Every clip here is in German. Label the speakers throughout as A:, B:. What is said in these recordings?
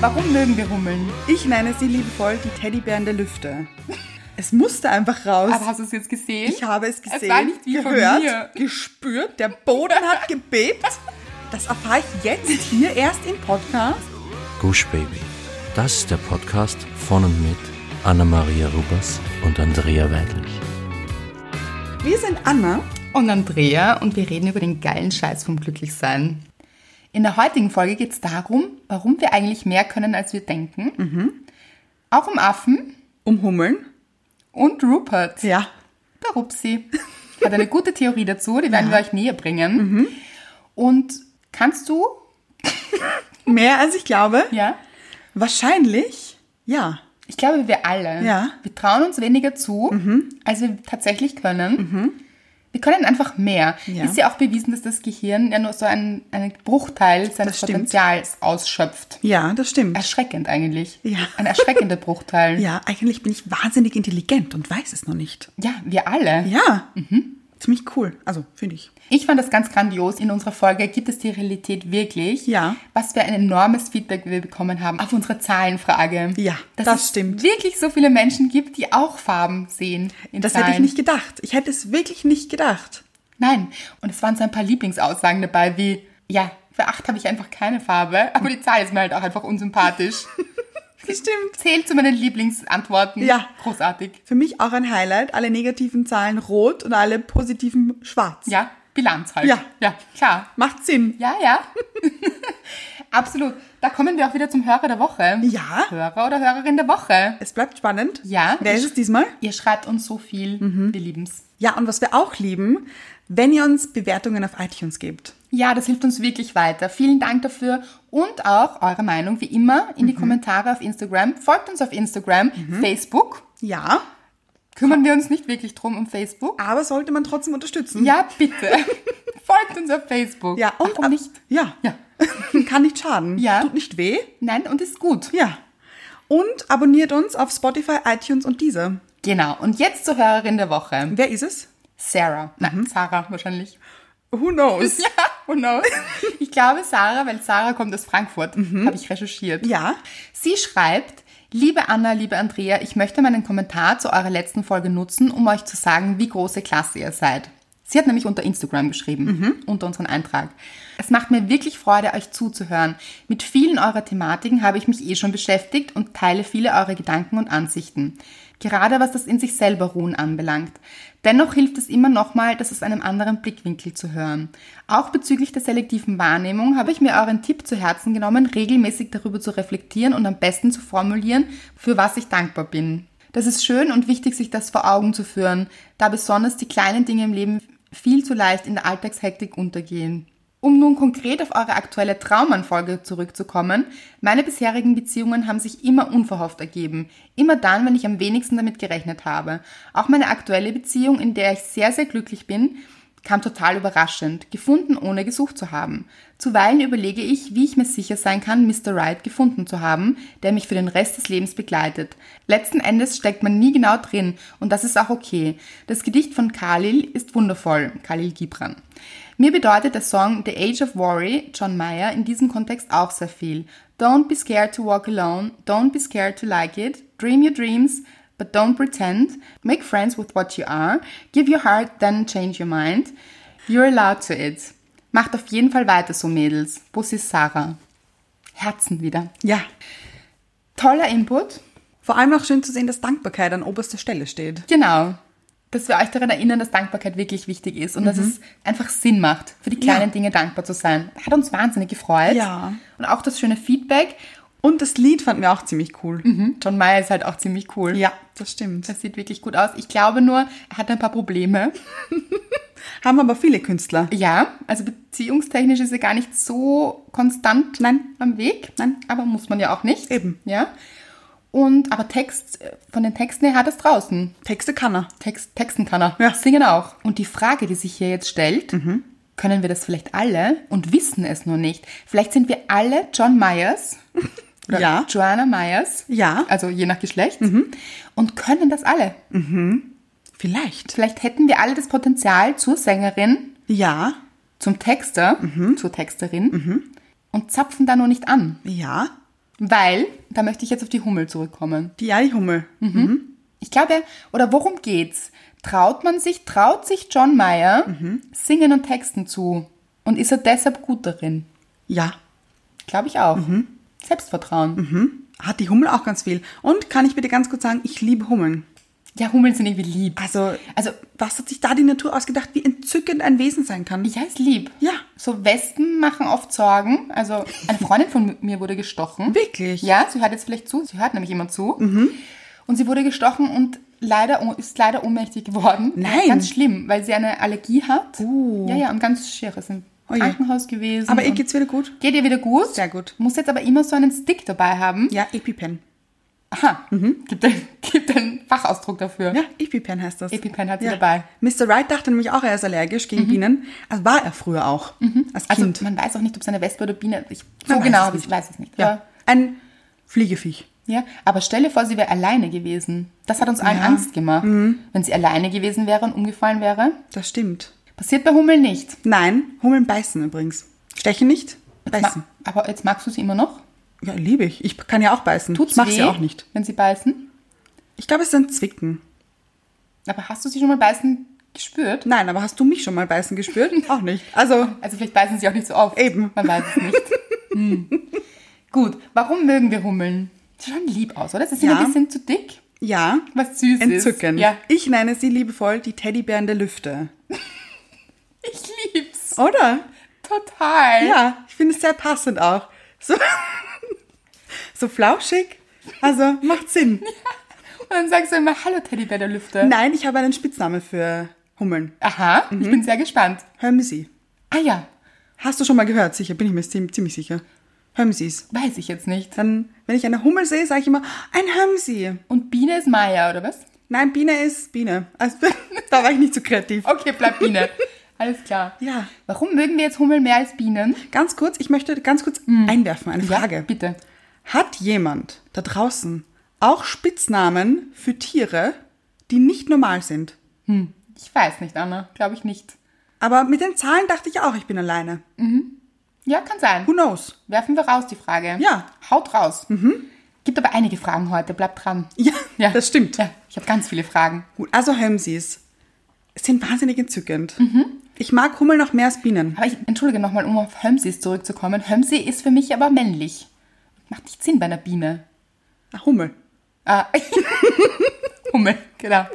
A: Warum mögen wir Hummeln? Ich nenne sie liebevoll die Teddybären der Lüfte. Es musste einfach raus.
B: Aber hast du es jetzt gesehen?
A: ich habe es gesehen,
B: Es war nicht wie von mir.
A: gehört, gespürt. Der Boden hat gebebt. Das erfahre ich jetzt hier erst im Podcast.
C: Gush Baby. Das ist der Podcast von und mit Anna-Maria Rubers und Andrea Weidlich.
A: Wir sind Anna.
B: Und Andrea und wir reden über den geilen Scheiß vom Glücklichsein. In der heutigen Folge geht es darum, warum wir eigentlich mehr können, als wir denken.
A: Mhm.
B: Auch um Affen
A: Um Hummeln?
B: und Rupert.
A: Ja.
B: Der Rupsi hat eine gute Theorie dazu, die werden wir euch näher bringen.
A: Mhm.
B: Und kannst du,
A: Mehr als ich glaube?
B: ja,
A: Wahrscheinlich. Ja.
B: ich glaube, wir alle,
A: Ja. Mhm.
B: wir trauen uns weniger zu, als wir tatsächlich können. Wir können einfach mehr.
A: Ja.
B: Ist ja auch bewiesen, dass das Gehirn ja nur so einen, einen Bruchteil seines
A: Das stimmt.
B: Potenzials ausschöpft.
A: Ja, das stimmt.
B: Erschreckend eigentlich.
A: Ja.
B: Ein erschreckender Bruchteil.
A: Ja, eigentlich bin ich wahnsinnig intelligent und weiß es noch nicht.
B: Ja, wir alle.
A: Ja.
B: Mhm.
A: Ziemlich cool. Also, finde ich.
B: Ich fand das ganz grandios. In unserer Folge gibt es die Realität wirklich.
A: Ja.
B: Was für ein enormes Feedback wir bekommen haben auf unsere Zahlenfrage.
A: Ja,
B: dass
A: das
B: es
A: stimmt.
B: wirklich so viele Menschen gibt, die auch Farben sehen. In
A: Das
B: Zahlen.
A: hätte ich nicht gedacht. Ich hätte es wirklich nicht gedacht.
B: Nein. Und es waren so ein paar Lieblingsaussagen dabei, wie, ja, für acht habe ich einfach keine Farbe, aber die Zahl ist mir halt auch einfach unsympathisch.
A: Das stimmt.
B: Zählt zu meinen Lieblingsantworten.
A: Ja.
B: Großartig.
A: Für mich auch ein Highlight. Alle negativen Zahlen rot und alle positiven schwarz.
B: Ja, Bilanz halt.
A: Ja.
B: Ja, klar.
A: Macht Sinn.
B: Ja, ja. Absolut. Da kommen wir auch wieder zum Hörer der Woche.
A: Ja.
B: Hörer oder Hörerin der Woche.
A: Es bleibt spannend.
B: Ja.
A: Wer ist es diesmal?
B: Ihr schreibt uns so viel.
A: Mhm.
B: Wir lieben's.
A: Ja, und was wir auch lieben, wenn ihr uns Bewertungen auf iTunes gebt.
B: Ja, das hilft uns wirklich weiter. Vielen Dank dafür und auch eure Meinung wie immer
A: Mhm.
B: in die Kommentare auf Instagram. Folgt uns auf Instagram, Facebook.
A: Ja.
B: Kümmern wir uns nicht wirklich drum um Facebook?
A: Aber sollte man trotzdem unterstützen.
B: Ja, bitte. Folgt uns auf Facebook.
A: Ja, und
B: Warum nicht?
A: Ja.
B: Ja.
A: Kann nicht schaden.
B: Ja.
A: Tut nicht weh.
B: Nein, und ist gut.
A: Ja. Und abonniert uns auf Spotify, iTunes und diese.
B: Genau. Und jetzt zur Hörerin der Woche.
A: Wer ist es?
B: Sarah. Nein,
A: Mhm.
B: Sarah wahrscheinlich.
A: Who knows?
B: Ja, who knows? Ich glaube Sarah, weil Sarah kommt aus Frankfurt, habe ich recherchiert.
A: Mhm. Ja.
B: Sie schreibt, liebe Anna, liebe Andrea, ich möchte meinen Kommentar zu eurer letzten Folge nutzen, um euch zu sagen, wie große Klasse ihr seid. Sie hat nämlich unter Instagram geschrieben, unter unseren Eintrag. Es macht mir wirklich Freude, euch zuzuhören. Mit vielen eurer Thematiken habe ich mich eh schon beschäftigt und teile viele eurer Gedanken und Ansichten. Gerade was das in sich selber Ruhen anbelangt. Dennoch hilft es immer nochmal, das aus einem anderen Blickwinkel zu hören. Auch bezüglich der selektiven Wahrnehmung habe ich mir euren Tipp zu Herzen genommen, regelmäßig darüber zu reflektieren und am besten zu formulieren, für was ich dankbar bin. Das ist schön und wichtig, sich das vor Augen zu führen, da besonders die kleinen Dinge im Leben viel zu leicht in der Alltagshektik untergehen. Um nun konkret auf eure aktuelle Traumanfolge zurückzukommen, meine bisherigen Beziehungen haben sich immer unverhofft ergeben. Immer dann, wenn ich am wenigsten damit gerechnet habe. Auch meine aktuelle Beziehung, in der ich sehr, sehr glücklich bin, kam total überraschend, gefunden ohne gesucht zu haben. Zuweilen überlege ich, wie ich mir sicher sein kann, Mr. Right gefunden zu haben, der mich für den Rest des Lebens begleitet. Letzten Endes steckt man nie genau drin und das ist auch okay. Das Gedicht von Khalil ist wundervoll, Khalil Gibran. Mir bedeutet der Song The Age of Worry, John Mayer, in diesem Kontext auch sehr viel. Don't be scared to walk alone, don't be scared to like it, dream your dreams, but don't pretend, make friends with what you are, give your heart, then change your mind. You're allowed to it. Macht auf jeden Fall weiter so, Mädels. Bussi Sarah. Herzen wieder.
A: Ja.
B: Toller Input.
A: Vor allem auch schön zu sehen, dass Dankbarkeit an oberster Stelle steht.
B: Genau. Dass wir euch daran erinnern, dass Dankbarkeit wirklich wichtig ist und dass es einfach Sinn macht, für die kleinen
A: Mhm. Ja.
B: Dinge dankbar zu sein. Hat uns wahnsinnig gefreut.
A: Ja.
B: Und auch das schöne Feedback.
A: Und das Lied fanden wir auch ziemlich cool.
B: Mhm. John Mayer ist halt auch ziemlich cool.
A: Ja, das stimmt.
B: Das sieht wirklich gut aus. Ich glaube nur, er hat ein paar Probleme.
A: Haben aber viele Künstler.
B: Ja, also beziehungstechnisch ist er gar nicht so konstant
A: Nein.
B: am Weg.
A: Nein.
B: Aber muss man ja auch nicht.
A: Eben.
B: Ja. Und aber Text, äh, von den Texten her hat es draußen.
A: Texte kann er.
B: Text, texten kann er.
A: Ja. Mhm.
B: Singen auch. Und die Frage, die sich hier jetzt stellt, können wir das vielleicht alle und wissen es nur nicht. Vielleicht sind wir alle John Myers oder
A: Ja.
B: Joanna Myers.
A: Ja. Mhm.
B: Also je nach Geschlecht. Und können das alle.
A: Vielleicht.
B: Vielleicht hätten wir alle das Potenzial zur Sängerin,
A: Ja.
B: zum Texter, zur Texterin und zapfen da nur nicht an.
A: Ja.
B: Weil, da möchte ich jetzt auf die Hummel zurückkommen.
A: Die Eihummel.
B: Ich glaube, oder worum geht's? Traut man sich, traut sich John Mayer Singen und Texten zu? Und ist er deshalb gut darin?
A: Ja.
B: Glaube ich auch. Selbstvertrauen.
A: Hat die Hummel auch ganz viel. Und kann ich bitte ganz kurz sagen, ich liebe Hummeln.
B: Ja, Hummeln sind irgendwie lieb.
A: Also,
B: Also,
A: was hat sich da die Natur ausgedacht, wie entzückend ein Wesen sein kann?
B: ja, ist lieb.
A: Ja.
B: So Wespen machen oft Sorgen. Also, eine Freundin von mir wurde gestochen.
A: Wirklich? Mhm.
B: Ja, sie hört jetzt vielleicht zu. Sie hört nämlich jemand zu. Und sie wurde gestochen und leider um, ist leider ohnmächtig geworden.
A: Nein.
B: Ganz schlimm, weil sie eine Allergie hat.
A: Uh.
B: Ja, ja, und ganz schier. Ist im
A: Oh je.
B: Krankenhaus gewesen.
A: Aber ihr
B: und-
A: geht's wieder gut?
B: Geht ihr wieder gut?
A: Sehr gut.
B: Muss jetzt aber immer so einen Stick dabei haben.
A: Ja, EpiPen.
B: Aha, gibt, ein, gibt einen Fachausdruck dafür.
A: Ja, EpiPen heißt das.
B: EpiPen hat sie
A: ja.
B: dabei.
A: Mr. Wright dachte nämlich auch, er ist allergisch gegen Bienen. Also war er früher auch. Als
B: Also
A: Kind.
B: man weiß auch nicht, ob es eine Wespe oder Biene ist. So
A: Man weiß
B: genau,
A: es
B: hab ich
A: nicht.
B: weiß es nicht.
A: ja. Ein Fliegeviech.
B: Aber, ja. aber stell dir vor, sie wäre alleine gewesen. Das hat uns allen
A: Ja. Mhm.
B: Angst gemacht. Wenn sie alleine gewesen wäre und umgefallen wäre.
A: Das stimmt.
B: Passiert bei Hummel nicht.
A: Nein, Hummeln beißen übrigens. Stechen nicht, beißen.
B: Ma- Aber jetzt magst du sie immer noch?
A: Ja, liebe ich. Ich kann ja auch beißen.
B: Tut's
A: Mach's
B: weh,
A: ja auch nicht.
B: wenn sie beißen?
A: Ich glaube, es ist ein Zwicken.
B: Aber hast du sie schon mal beißen gespürt?
A: Nein, aber hast du mich schon mal beißen gespürt? auch nicht. Also,
B: Also vielleicht beißen sie auch nicht so oft.
A: Eben.
B: Man weiß es nicht. hm. Gut, warum mögen wir Hummeln? Sieht schon lieb aus, oder? Sie sind
A: Ja.
B: ein bisschen zu dick,
A: ja.
B: was süß ist.
A: Entzücken.
B: Ja,
A: Ich nenne sie liebevoll die Teddybären der Lüfte.
B: ich lieb's.
A: Oder?
B: Total.
A: Ja, ich finde es sehr passend auch. So, so flauschig. Also, macht Sinn.
B: Und dann sagst du immer, hallo Teddybär der Lüfte.
A: Nein, ich habe einen Spitznamen für Hummeln.
B: Aha,
A: Mhm.
B: ich bin sehr gespannt.
A: Hömsi.
B: Ah ja,
A: Hast du schon mal gehört? Sicher, bin ich mir ziemlich ziemlich sicher. Hömsis.
B: weiß ich jetzt nicht.
A: Dann, wenn ich eine Hummel sehe, sage ich immer, ein Hömsi.
B: Und Biene ist Maya, oder was?
A: Nein, Biene ist Biene. Also, da war ich nicht so kreativ.
B: Okay, bleib Biene. Alles klar.
A: Ja.
B: Warum mögen wir jetzt Hummel mehr als Bienen?
A: Ganz kurz, ich möchte ganz kurz einwerfen, eine Frage.
B: Hm. Ja, bitte.
A: Hat jemand da draußen auch Spitznamen für Tiere, die nicht normal sind?
B: Ich weiß nicht, Anna. Glaube ich nicht.
A: Aber mit den Zahlen dachte ich auch, ich bin alleine.
B: Ja, kann sein.
A: Who knows?
B: Werfen wir raus die Frage.
A: Ja.
B: Haut raus. Gibt aber einige Fragen heute, bleibt dran.
A: Ja, das stimmt.
B: Ja, ich habe ganz viele Fragen.
A: Gut, also Hemsis sind wahnsinnig entzückend.
B: Mhm.
A: Ich mag Hummeln noch mehr als Bienen.
B: Aber ich entschuldige nochmal, um auf Hömsis zurückzukommen. Hömsi ist für mich aber männlich. Macht nicht Sinn bei einer Biene.
A: Ach, Hummel.
B: Ah. Hummel, genau.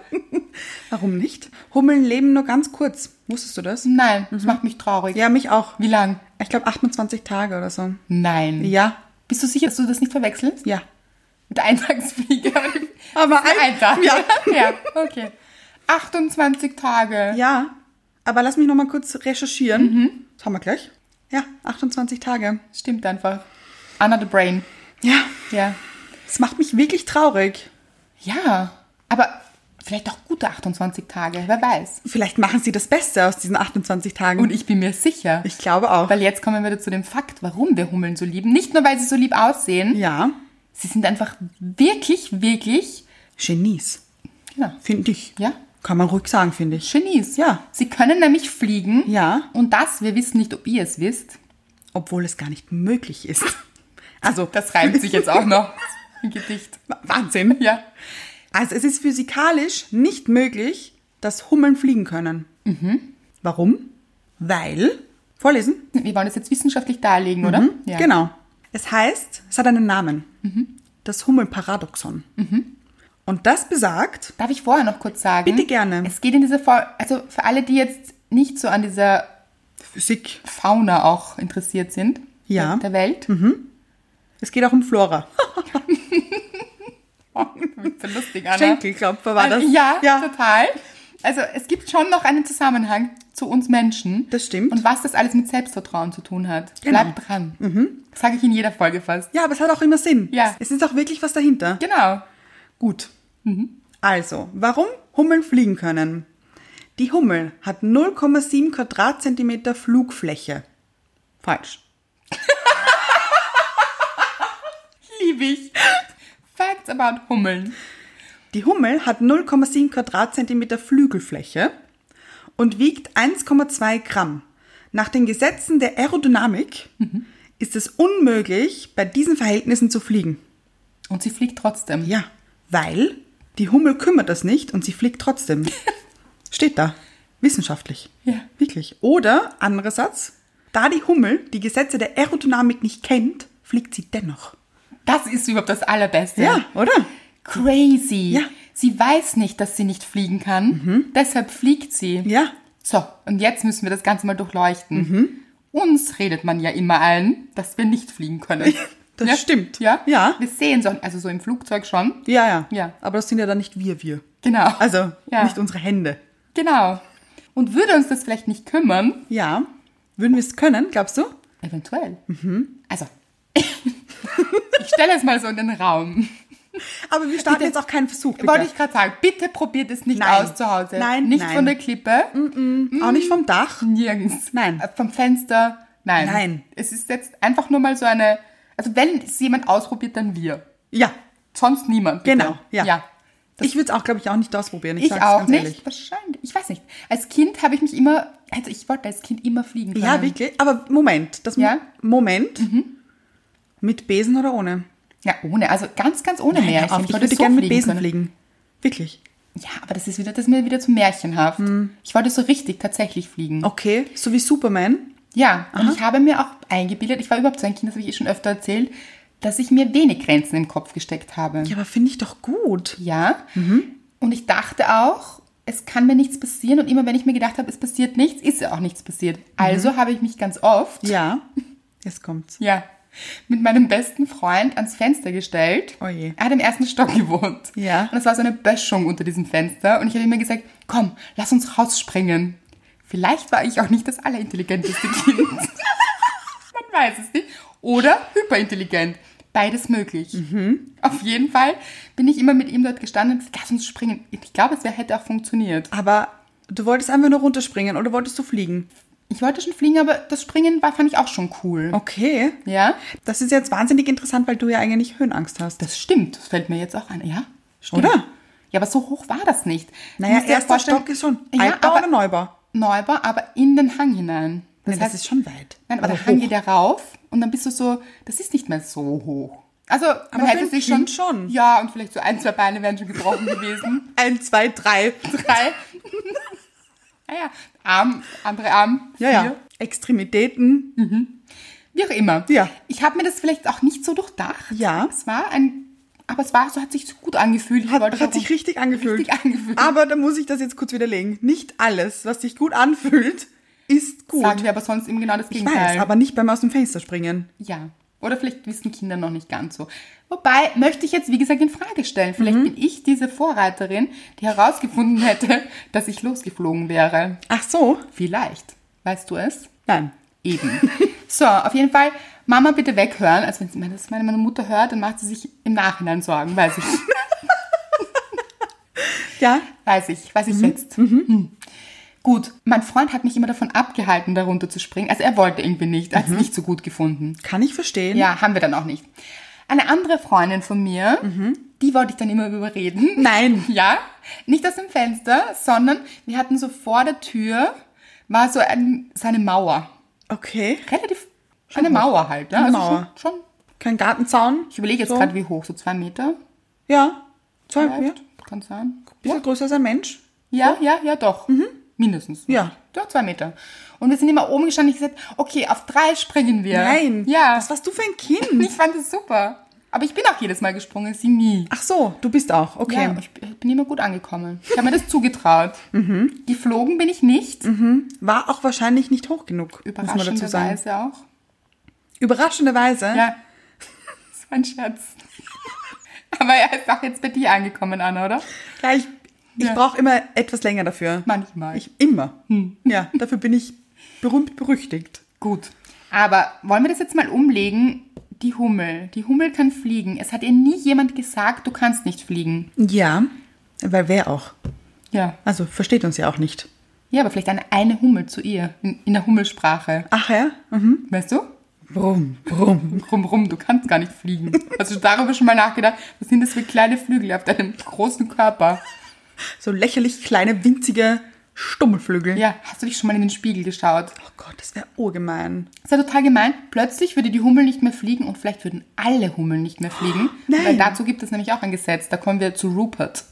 A: Warum nicht? Hummeln leben nur ganz kurz. Wusstest du das?
B: Nein, das macht mich traurig.
A: Mhm. Ja, mich auch.
B: Wie lang?
A: Ich glaube 28 Tage oder so.
B: Nein.
A: Ja,
B: Bist du sicher, dass du das nicht verwechselst?
A: ja.
B: Mit der Eintagsfliege.
A: Aber
B: Ein, ein Tag.
A: Ja.
B: ja, okay. 28 Tage.
A: Ja, aber lass mich noch mal kurz recherchieren.
B: Mhm.
A: Das haben wir gleich. Ja, 28 Tage.
B: Stimmt einfach. Anna the Brain.
A: Ja,
B: Ja.
A: das macht mich wirklich traurig.
B: Ja, aber vielleicht auch gute 28 Tage, wer weiß.
A: Vielleicht machen sie das Beste aus diesen 28 Tagen.
B: Und ich bin mir sicher,
A: ich glaube auch.
B: weil jetzt kommen wir wieder zu dem Fakt, warum wir Hummeln so lieben. Nicht nur, weil sie so lieb aussehen,
A: ja,
B: sie sind einfach wirklich, wirklich,
A: Genies,
B: genau,
A: finde ich.
B: Ja.
A: Kann man ruhig sagen, finde ich.
B: Genies.
A: Ja.
B: Sie können nämlich fliegen.
A: Ja.
B: Und das, wir wissen nicht, ob ihr es wisst.
A: Obwohl es gar nicht möglich ist. Also,
B: Das reimt sich jetzt auch noch. Ein Gedicht.
A: Wahnsinn.
B: Ja.
A: Also, es ist physikalisch nicht möglich, dass Hummeln fliegen können.
B: Mhm.
A: Warum? Weil, vorlesen,
B: Wir wollen das jetzt wissenschaftlich darlegen, oder? Ja. Mhm.
A: Genau. Es heißt, es hat einen Namen. Das Hummelparadoxon. Und das besagt,
B: Darf ich vorher noch kurz sagen?
A: Bitte gerne.
B: Es geht in dieser Folge, also für alle, die jetzt nicht so an dieser
A: Physik.
B: Fauna auch interessiert sind.
A: Ja. Mhm.
B: Der Welt.
A: Es geht auch um Flora.
B: So lustig, Anna.
A: Schenkelklopfer war das.
B: Also, ja,
A: ja.
B: total. Also es gibt schon noch einen Zusammenhang zu uns Menschen.
A: Das stimmt.
B: Und was das alles mit Selbstvertrauen zu tun hat.
A: Genau.
B: Bleibt dran. Das sage ich in jeder Folge fast.
A: ja, aber es hat auch immer Sinn.
B: Ja.
A: Es ist auch wirklich was dahinter.
B: Genau.
A: Gut.
B: Mhm.
A: Also, warum Hummeln fliegen können? Die Hummel hat 0,7 Quadratzentimeter Flugfläche. Falsch.
B: Liebe ich. Facts about Hummeln.
A: Die Hummel hat 0,7 Quadratzentimeter Flügelfläche und wiegt 1,2 Gramm. Nach den Gesetzen der Aerodynamik ist es unmöglich, bei diesen Verhältnissen zu fliegen.
B: Und sie fliegt trotzdem.
A: Ja, weil die Hummel kümmert das nicht und sie fliegt trotzdem. Steht da. Wissenschaftlich.
B: Ja.
A: Wirklich. Oder, anderer Satz, da die Hummel die Gesetze der Aerodynamik nicht kennt, fliegt sie dennoch.
B: Das ist überhaupt das Allerbeste.
A: oder?
B: Crazy.
A: Ja. Mhm.
B: Sie weiß nicht, dass sie nicht fliegen kann. Deshalb fliegt sie.
A: Ja.
B: So, und jetzt müssen wir das Ganze mal durchleuchten.
A: Mhm.
B: Uns redet man ja immer ein, dass wir nicht fliegen können.
A: Das stimmt.
B: Ja?
A: Ja.
B: Wir sehen so, also so im Flugzeug schon.
A: Ja, ja.
B: Ja.
A: Aber das sind ja dann nicht wir, wir.
B: Genau.
A: Also
B: ja.
A: nicht unsere Hände.
B: Genau. Und würde uns das vielleicht nicht kümmern?
A: Ja. Würden wir es können, glaubst du?
B: Eventuell. Also, ich stelle es mal so in den Raum.
A: Aber wir starten jetzt auch keinen Versuch, bitte.
B: Wollte ich gerade sagen, bitte probiert es nicht
A: Nein.
B: aus zu Hause.
A: Nein,
B: Nicht
A: nein.
B: von der Klippe,
A: Auch nicht vom Dach.
B: nirgends.
A: Nein.
B: Äh, Vom Fenster, nein.
A: Nein.
B: Es ist jetzt einfach nur mal so eine, also wenn es jemand ausprobiert, dann wir.
A: Ja.
B: Sonst niemand. Bitte.
A: Genau, ja.
B: ja.
A: ich würde es auch, glaube ich, auch nicht ausprobieren. Ich,
B: Ich
A: sag's
B: auch
A: ganz
B: nicht.
A: Ehrlich.
B: Wahrscheinlich. Ich weiß nicht. Als Kind habe ich mich immer, also ich wollte als Kind immer fliegen können.
A: Ja, wirklich. Aber Moment. Das
B: Ja?
A: Moment. Mit Besen oder ohne?
B: Ja, ohne, also ganz, ganz ohne
A: Nein,
B: Märchen.
A: hör auf, ich
B: wollte
A: würde
B: so
A: gerne mit Besen
B: können.
A: fliegen. Wirklich.
B: Ja, aber das ist wieder, das ist mir wieder zu märchenhaft. Ich wollte so richtig tatsächlich fliegen.
A: Okay, so wie Superman.
B: Ja, und ich habe mir auch eingebildet, ich war überhaupt so ein Kind, das habe ich eh schon öfter erzählt, dass ich mir wenig Grenzen im Kopf gesteckt habe.
A: Ja, aber finde ich doch gut.
B: Ja. Und ich dachte auch, es kann mir nichts passieren. Und immer wenn ich mir gedacht habe, es passiert nichts, ist ja auch nichts passiert. Also habe ich mich ganz oft,
A: Ja. Jetzt kommt's.
B: ja, mit meinem besten Freund ans Fenster gestellt.
A: Oh je.
B: Er hat im ersten Stock gewohnt.
A: Ja.
B: Und es war so eine Böschung unter diesem Fenster. Und ich habe immer gesagt, komm, lass uns rausspringen. Vielleicht war ich auch nicht das allerintelligenteste Kind. Man weiß es nicht. Oder hyperintelligent. Beides möglich.
A: Mhm.
B: Auf jeden Fall bin ich immer mit ihm dort gestanden und lass uns springen. Ich glaube, es wär- hätte auch funktioniert.
A: Aber du wolltest einfach nur runterspringen oder wolltest du fliegen?
B: Ich wollte schon fliegen, aber das Springen war, fand ich auch schon cool.
A: Oh. Okay.
B: Ja?
A: Das ist jetzt wahnsinnig interessant, weil du ja eigentlich Höhenangst hast.
B: Das stimmt, das fällt mir jetzt auch ein. Ja, stimmt.
A: Oder?
B: Ja, aber so hoch war das nicht. Du
A: naja,
B: musst dir
A: erster
B: vorstellen-
A: Stock ist schon
B: ja,
A: Altbau
B: aber
A: oder Neubau.
B: Neubau, aber in den Hang hinein. Das
A: Nein,
B: heißt,
A: das ist schon weit.
B: Nein, aber
A: Also
B: der Hang
A: hoch.
B: geht ja rauf und dann bist du so, das ist nicht mehr so hoch. Also, man
A: Aber für
B: hätte
A: ein
B: sich schon,
A: Kind schon.
B: Ja, und vielleicht so ein, zwei Beine wären schon gebrochen gewesen.
A: Eins, zwei, drei.
B: Drei. naja, Arm, andere Arm.
A: Ja, ja.
B: vier.
A: Extremitäten.
B: Wie auch immer.
A: Ja.
B: Ich habe mir das vielleicht auch nicht so durchdacht.
A: Ja.
B: Es war ein, aber es war so, hat sich so gut angefühlt. Ich wollte
A: Hat, hat
B: darum-
A: sich richtig angefühlt.
B: Richtig angefühlt.
A: Aber da muss ich das jetzt kurz widerlegen. Nicht alles, was sich gut anfühlt, ist gut.
B: Sagen wir aber sonst eben genau das
A: ich
B: Gegenteil.
A: weiß, aber nicht beim aus dem Fenster springen.
B: ja. Oder vielleicht wissen Kinder noch nicht ganz so. Wobei, möchte ich jetzt, wie gesagt, in Frage stellen.
A: Mhm.
B: Vielleicht bin ich diese Vorreiterin, die herausgefunden hätte, dass ich losgeflogen wäre.
A: Ach so?
B: Vielleicht. Weißt du es?
A: Nein.
B: Eben. so, auf jeden Fall, Mama bitte weghören. Also wenn sie- wenn das meine meine Mutter hört, dann macht sie sich im Nachhinein Sorgen, weiß ich.
A: Ja?
B: Weiß ich, weiß ich
A: Mhm.
B: jetzt. Hm. Gut, mein Freund hat mich immer davon abgehalten, darunter zu springen. Also er wollte irgendwie nicht, er hat es
A: Mhm.
B: nicht so gut gefunden.
A: Kann ich verstehen.
B: Ja, haben wir dann auch nicht. Eine andere Freundin von mir, die wollte ich dann immer überreden.
A: Mhm. Nein.
B: Ja, nicht aus dem Fenster, sondern wir hatten so vor der Tür war so ein, seine Mauer.
A: Okay.
B: Relativ eine Mauer halt. Ja?
A: Eine
B: Also
A: Mauer.
B: Schon, schon.
A: Kein Gartenzaun.
B: Ich überlege jetzt
A: So.
B: gerade, wie hoch, so zwei Meter
A: Ja. Zwei, ja.
B: vielleicht,
A: Ein
B: kann sein.
A: bisschen größer als ein Mensch.
B: Ja, ja, ja, doch. Mindestens.
A: Mhm. Ja.
B: Doch, zwei Meter. Und wir sind immer oben gestanden. Ich gesagt, okay, auf drei springen wir.
A: Nein.
B: Ja.
A: Was warst du für ein Kind?
B: ich fand es super. Aber ich bin auch jedes Mal gesprungen, sie nie.
A: Ach so, du bist auch. Okay.
B: Ja, ich bin immer gut angekommen. Ich habe mir das zugetraut.
A: Mhm.
B: Geflogen bin ich nicht.
A: War auch wahrscheinlich nicht hoch genug, Mhm. muss man dazu sagen.
B: Überraschenderweise auch.
A: Überraschenderweise.
B: Ja. Das war ein Scherz. Aber er ist auch jetzt bei dir angekommen, Anna, oder?
A: Ja, ich, ich
B: Ja.
A: brauche immer etwas länger dafür.
B: Manchmal. Hm.
A: Ich immer. Ja, dafür bin ich berühmt berüchtigt.
B: Gut. Aber wollen wir das jetzt mal umlegen? Die Hummel. Die Hummel kann fliegen. Es hat ihr nie jemand gesagt, du kannst nicht fliegen.
A: Ja, weil wer auch?
B: Ja.
A: Also versteht uns ja auch nicht.
B: Ja, aber vielleicht eine, eine Hummel zu ihr. In, in der Hummelsprache.
A: Ach ja? Mhm.
B: Weißt du?
A: Brumm, brumm.
B: Rum, rum, du kannst gar nicht fliegen. Hast du darüber schon mal nachgedacht? Was sind das für kleine Flügel auf deinem großen Körper?
A: So lächerlich kleine, winzige Stummflügel.
B: Ja, hast du dich schon mal in den Spiegel geschaut?
A: Oh Gott, das wäre urgemein.
B: Das ist ja total gemein. Plötzlich würde die Hummel nicht mehr fliegen und vielleicht würden alle Hummeln nicht mehr fliegen.
A: Nein.
B: Weil dazu gibt es nämlich auch ein Gesetz. Da kommen wir zu Rupert.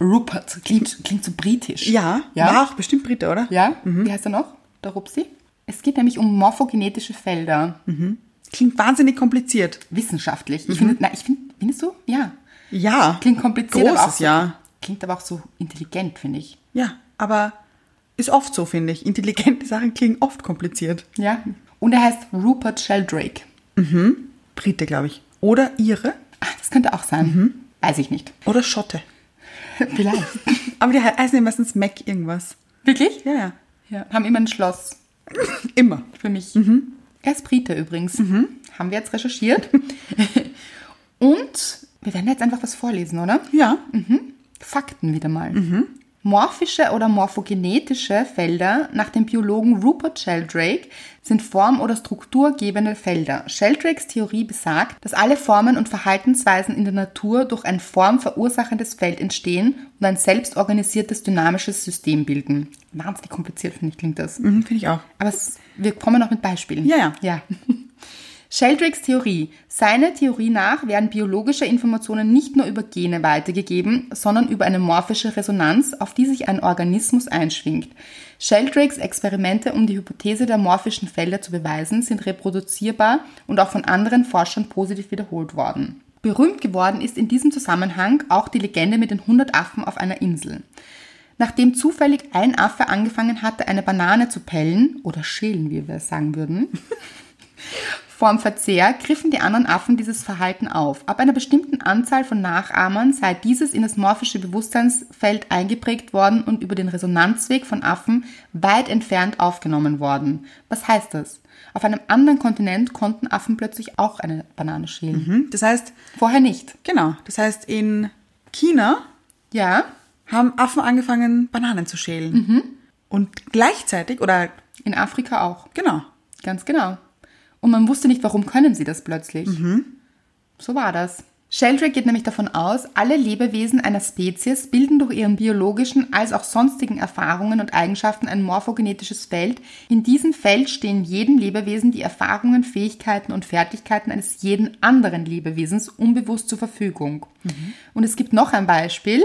B: Rupert klingt, klingt so britisch.
A: Mhm. Ja, Mhm.
B: ja.
A: war auch bestimmt Britta, oder?
B: Ja, wie heißt er noch? Der Rupsi? Es geht nämlich um morphogenetische Felder.
A: Mhm. Klingt wahnsinnig kompliziert.
B: Wissenschaftlich. Ich
A: Mhm.
B: finde, na, ich finde, findest du? Ja.
A: Ja.
B: Klingt kompliziert, aber auch
A: Großes
B: so,
A: Ja.
B: klingt aber auch so intelligent, finde ich.
A: Ja, aber ist oft so, finde ich. Intelligente Sachen klingen oft kompliziert.
B: Ja. Und er heißt Rupert Sheldrake.
A: Brite, glaube ich. Oder Ihre
B: Ah, das könnte auch sein.
A: Mhm.
B: Weiß ich nicht.
A: oder Schotte.
B: Vielleicht.
A: Aber die he- heißen ja meistens Mac irgendwas.
B: Wirklich?
A: Ja, ja.
B: Ja. Haben immer ein Schloss
A: Immer.
B: für mich.
A: Mhm.
B: Er ist Brite übrigens. Haben wir jetzt recherchiert. Und wir werden jetzt einfach was vorlesen, oder?
A: Ja.
B: Fakten wieder mal.
A: Mhm.
B: Morphische oder morphogenetische Felder nach dem Biologen Rupert Sheldrake sind form- oder strukturgebende Felder. Sheldrakes Theorie besagt, dass alle Formen und Verhaltensweisen in der Natur durch ein formverursachendes Feld entstehen und ein selbstorganisiertes dynamisches System bilden. Wahnsinnig kompliziert, finde ich, klingt das.
A: Mhm, Finde ich auch.
B: Aber es, wir kommen noch mit Beispielen.
A: Ja, ja.
B: ja. Sheldrakes Theorie. Seiner Theorie nach werden biologische Informationen nicht nur über Gene weitergegeben, sondern über eine morphische Resonanz, auf die sich ein Organismus einschwingt. Sheldrakes Experimente, um die Hypothese der morphischen Felder zu beweisen, sind reproduzierbar und auch von anderen Forschern positiv wiederholt worden. Berühmt geworden ist in diesem Zusammenhang auch die Legende mit den 100 Affen auf einer Insel. Nachdem zufällig ein Affe angefangen hatte, eine Banane zu pellen oder schälen, wie wir es sagen würden, vorm Verzehr griffen die anderen Affen dieses Verhalten auf. Ab einer bestimmten Anzahl von Nachahmern sei dieses in das morphische Bewusstseinsfeld eingeprägt worden und über den Resonanzweg von Affen weit entfernt aufgenommen worden. Was heißt das? Auf einem anderen Kontinent konnten Affen plötzlich auch eine Banane schälen.
A: Mhm. Das heißt,
B: Vorher nicht.
A: genau. Das heißt, in China
B: Ja,
A: haben Affen angefangen, Bananen zu schälen. Und gleichzeitig, oder
B: in Afrika auch.
A: genau,
B: Ganz genau. Und man wusste nicht, warum können sie das plötzlich. So war das. Sheldrake geht nämlich davon aus, alle Lebewesen einer Spezies bilden durch ihren biologischen als auch sonstigen Erfahrungen und Eigenschaften ein morphogenetisches Feld. In diesem Feld stehen jedem Lebewesen die Erfahrungen, Fähigkeiten und Fertigkeiten eines jeden anderen Lebewesens unbewusst zur Verfügung. Und es gibt noch ein Beispiel.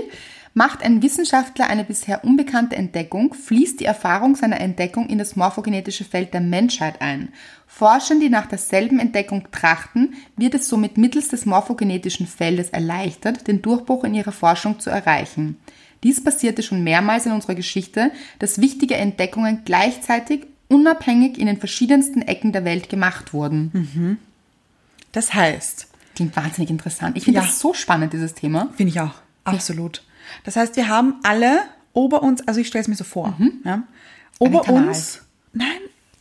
B: Macht ein Wissenschaftler eine bisher unbekannte Entdeckung, fließt die Erfahrung seiner Entdeckung in das morphogenetische Feld der Menschheit ein. Forschern, die nach derselben Entdeckung trachten, wird es somit mittels des morphogenetischen Feldes erleichtert, den Durchbruch in ihrer Forschung zu erreichen. Dies passierte schon mehrmals in unserer Geschichte, dass wichtige Entdeckungen gleichzeitig unabhängig in den verschiedensten Ecken der Welt gemacht wurden.
A: das heißt,
B: Klingt wahnsinnig interessant. Ich finde
A: Ja.
B: das so spannend, dieses Thema.
A: Finde ich auch. Absolut. Das heißt, wir haben alle ober uns, also ich stelle es mir so vor, ja, ober
B: Mhm. Kanal.
A: uns, nein,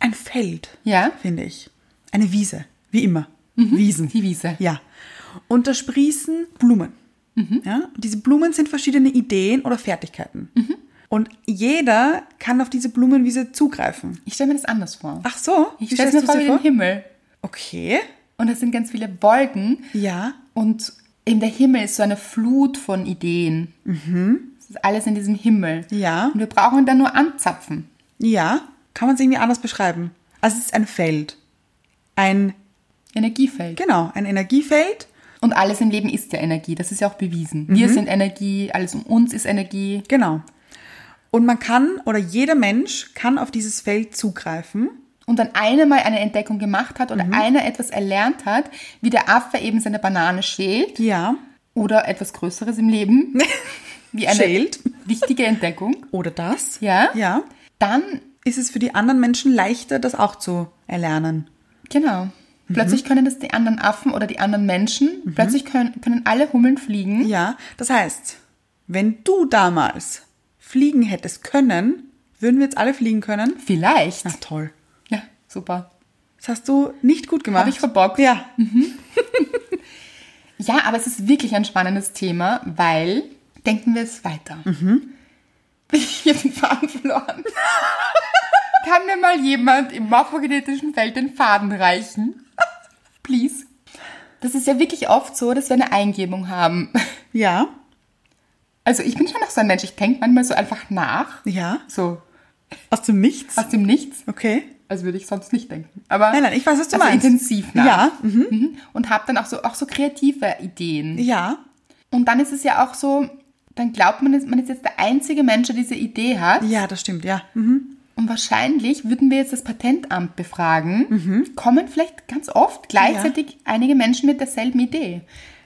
A: ein Feld,
B: Ja. Mhm.
A: finde ich. Eine Wiese, wie immer. Wiesen.
B: Die Wiese.
A: Ja. Und da sprießen Blumen.
B: Mhm.
A: Ja? Und diese Blumen sind verschiedene Ideen oder Fertigkeiten.
B: Mhm.
A: Und jeder kann auf diese Blumenwiese zugreifen.
B: Ich stelle mir das anders vor.
A: Ach so,
B: ich stelle mir vor wie den Himmel.
A: Okay,
B: Und es sind ganz viele Wolken.
A: ja.
B: Und in der Himmel ist so eine Flut von Ideen. Es ist alles in diesem Himmel.
A: Mhm. Ja.
B: Und wir brauchen da nur anzapfen.
A: Ja, kann man es irgendwie anders beschreiben. Also es ist ein Feld. Ein,
B: Energiefeld.
A: genau, ein Energiefeld.
B: Und alles im Leben ist ja Energie. Das ist ja auch bewiesen. Wir
A: Mhm.
B: sind Energie, alles um uns ist Energie.
A: Genau. Und man kann, oder jeder Mensch kann auf dieses Feld zugreifen.
B: Und dann einer mal eine Entdeckung gemacht hat
A: Mhm.
B: oder einer etwas erlernt hat, wie der Affe eben seine Banane schält
A: Ja.
B: oder etwas Größeres im Leben. Wie eine
A: Schält.
B: wichtige Entdeckung.
A: Oder das.
B: Ja.
A: Ja.
B: Dann
A: Ist es für die anderen Menschen leichter, das auch zu erlernen.
B: Genau.
A: Mhm.
B: Plötzlich können das die anderen Affen oder die anderen Menschen, plötzlich können, können alle Hummeln fliegen.
A: Ja. Das heißt, wenn du damals fliegen hättest können, würden wir jetzt alle fliegen können?
B: Vielleicht.
A: Na toll.
B: Ja, super.
A: Das hast du nicht gut gemacht.
B: Hab ich verbockt.
A: Ja.
B: Ja, aber es ist wirklich ein spannendes Thema, weil denken wir es weiter.
A: Mhm.
B: Ich habe den Faden verloren. Kann mir mal jemand im morphogenetischen Feld den Faden reichen? Please. Das ist ja wirklich oft so, dass wir eine Eingebung haben.
A: Ja.
B: Also ich bin schon noch so ein Mensch, ich denke manchmal so einfach nach.
A: Ja?
B: So
A: Aus dem Nichts?
B: aus dem Nichts.
A: Okay.
B: Also würde ich sonst nicht denken. Aber
A: Nein, nein, ich weiß, was du
B: also
A: meinst.
B: intensiv nach.
A: Ja,
B: Mhm. Und habe dann auch so, auch so kreative Ideen.
A: Ja.
B: Und dann ist es ja auch so, dann glaubt man, man ist jetzt der einzige Mensch, der diese Idee hat.
A: Ja, das stimmt, ja. Mhm.
B: Und wahrscheinlich würden wir jetzt das Patentamt befragen,
A: Mhm.
B: kommen vielleicht ganz oft gleichzeitig einige Menschen mit derselben Idee.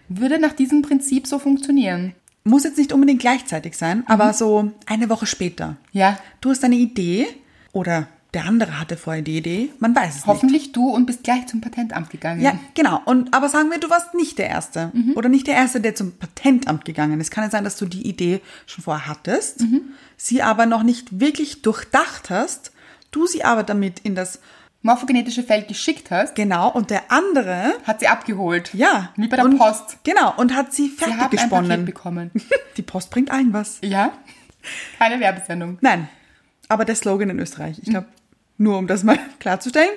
B: Würde nach diesem Prinzip so funktionieren.
A: Muss jetzt nicht unbedingt gleichzeitig sein,
B: Mhm.
A: aber so eine Woche später.
B: Ja.
A: Du hast eine Idee oder der andere hatte vorher die Idee, man weiß es nicht.
B: Hoffentlich du und bist gleich zum Patentamt gegangen.
A: Ja, genau. Und, aber sagen wir, du warst nicht der Erste
B: Mhm.
A: oder nicht der Erste, der zum Patentamt gegangen ist. Kann es sein, dass du die Idee schon vorher hattest,
B: Mhm.
A: sie aber noch nicht wirklich durchdacht hast, du sie aber damit in das
B: Morphogenetische Feld geschickt hast,
A: Genau und der andere,
B: hat sie abgeholt.
A: ja.
B: Wie bei der
A: und,
B: Post.
A: Genau, und hat sie fertig
B: Wir haben ein Paket
A: gesponnen.
B: bekommen.
A: Die Post bringt allen was.
B: Ja? Keine Werbesendung.
A: Nein, aber der Slogan in Österreich. Ich glaube, nur um das mal klarzustellen.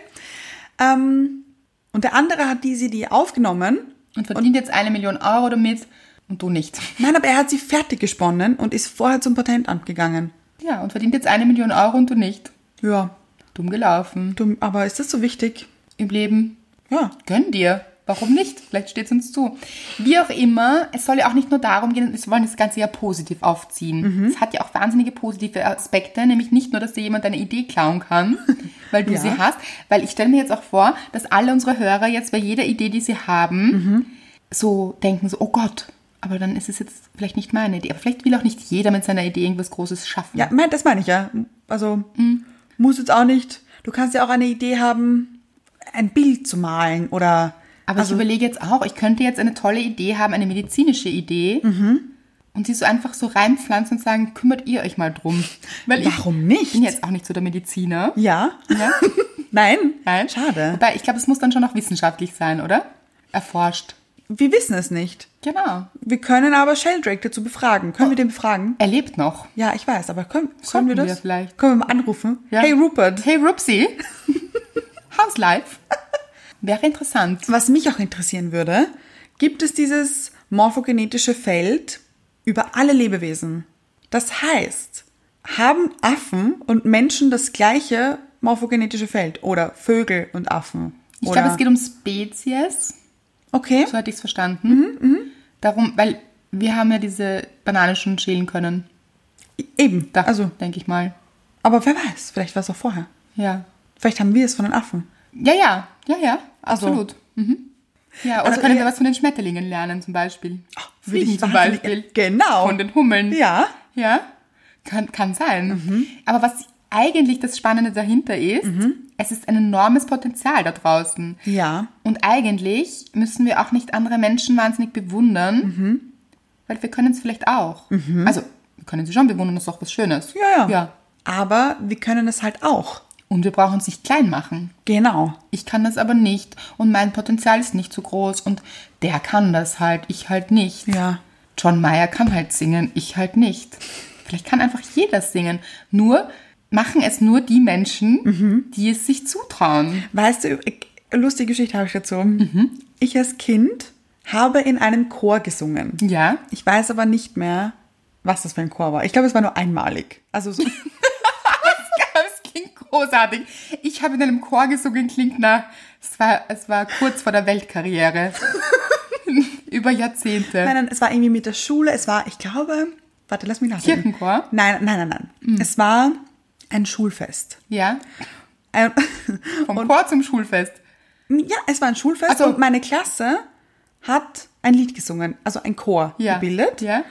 A: Ähm, und der andere hat diese Idee aufgenommen.
B: Und verdient jetzt eine Million Euro damit und du nicht.
A: Nein, aber er hat sie fertig gesponnen und ist vorher zum Patentamt gegangen.
B: Ja, und verdient jetzt eine Million Euro und du nicht.
A: Ja,
B: Dumm gelaufen.
A: du, aber ist das so wichtig?
B: Im Leben
A: Ja,
B: gönn dir. Warum nicht? Vielleicht steht es uns zu. Wie auch immer, es soll ja auch nicht nur darum gehen, wir wollen das Ganze ja positiv
A: Mhm.
B: aufziehen. Es hat ja auch wahnsinnige positive Aspekte, nämlich nicht nur, dass dir jemand deine Idee klauen kann, weil du
A: Ja.
B: sie hast, weil ich stelle mir jetzt auch vor, dass alle unsere Hörer jetzt bei jeder Idee, die sie haben,
A: Mhm.
B: so denken, so, oh Gott, aber dann ist es jetzt vielleicht nicht meine Idee. Aber vielleicht will auch nicht jeder mit seiner Idee irgendwas Großes schaffen.
A: ja mein, das meine ich ja. Also,
B: Mhm.
A: muss jetzt auch nicht. Du kannst ja auch eine Idee haben, ein Bild zu malen oder.
B: Aber
A: Also
B: ich überlege jetzt auch, ich könnte jetzt eine tolle Idee haben, eine medizinische Idee.
A: Mhm.
B: Und sie so einfach so reinpflanzen und sagen, kümmert ihr euch mal drum. Weil
A: Warum
B: Ich
A: nicht?
B: bin jetzt auch nicht so der Mediziner.
A: Ja?
B: Ja?
A: Nein?
B: Nein.
A: Schade.
B: Wobei, ich glaube, es muss dann schon auch wissenschaftlich sein, oder? Erforscht.
A: Wir wissen es nicht.
B: Genau.
A: Wir können aber Sheldrake dazu befragen. Können wir
B: Oh.
A: den befragen?
B: Er lebt noch.
A: Ja, ich weiß, aber können, können
B: Sollten
A: wir
B: wir
A: das?
B: vielleicht.
A: Können wir mal anrufen?
B: Ja.
A: Hey Rupert.
B: Hey Rupsi. How's life? Wäre interessant.
A: Was mich auch interessieren würde, gibt es dieses morphogenetische Feld über alle Lebewesen? Das heißt, haben Affen und Menschen das gleiche morphogenetische Feld oder Vögel und Affen?
B: Ich
A: Oder-
B: glaube, es geht um Spezies.
A: Okay.
B: So hatte ich es verstanden.
A: Mhm,
B: Darum, weil wir haben ja diese Banane schon schälen können.
A: Eben.
B: Da, also,
A: Also,
B: denke ich mal.
A: aber wer weiß, vielleicht war es auch vorher.
B: Ja.
A: Vielleicht haben wir es von den Affen.
B: Ja, ja, ja, ja,
A: Also-
B: absolut. Mhm. Ja, oder
A: Also
B: können wir
A: eher-
B: was von den Schmetterlingen lernen zum Beispiel?
A: würde
B: Fliegen
A: ich
B: zum
A: wahnsinnig-
B: Beispiel.
A: Genau.
B: Von den Hummeln.
A: Ja. Mhm.
B: Ja, kann, kann sein. Aber was eigentlich das Spannende dahinter ist,
A: Mhm.
B: es ist ein enormes Potenzial da draußen.
A: Ja.
B: Und eigentlich müssen wir auch nicht andere Menschen wahnsinnig bewundern,
A: Mhm.
B: weil wir können es vielleicht auch. Also, wir können sie schon bewundern, das ist doch was Schönes.
A: Ja, ja.
B: ja.
A: Aber wir können es halt auch.
B: Und wir brauchen es nicht klein machen.
A: Genau.
B: Ich kann das aber nicht und mein Potenzial ist nicht so groß und der kann das halt, ich halt nicht.
A: Ja.
B: John Mayer kann halt singen, ich halt nicht. Vielleicht kann einfach jeder singen. Nur machen es nur die Menschen, die es sich zutrauen.
A: Weißt du, ich- lustige Geschichte habe ich dazu.
B: Mhm.
A: Ich als Kind habe in einem Chor gesungen.
B: Ja.
A: Ich weiß aber nicht mehr, was das für ein Chor war. Ich glaube, es war nur einmalig. Also so,
B: Das klingt großartig. Ich habe in einem Chor gesungen, klingt nach, es war, es war kurz vor der Weltkarriere. Über Jahrzehnte.
A: nein, nein, es war irgendwie mit der Schule. Es war, ich glaube, warte, lass mich nachdenken.
B: Kirchenchor? Mhm.
A: Nein, nein, nein, nein. Es war ein Schulfest.
B: Ja.
A: Ein,
B: Vom Chor zum Schulfest.
A: ja, es war ein Schulfest
B: Ach so.
A: und meine Klasse hat ein Lied gesungen, also ein Chor
B: Ja.
A: gebildet.
B: Ja.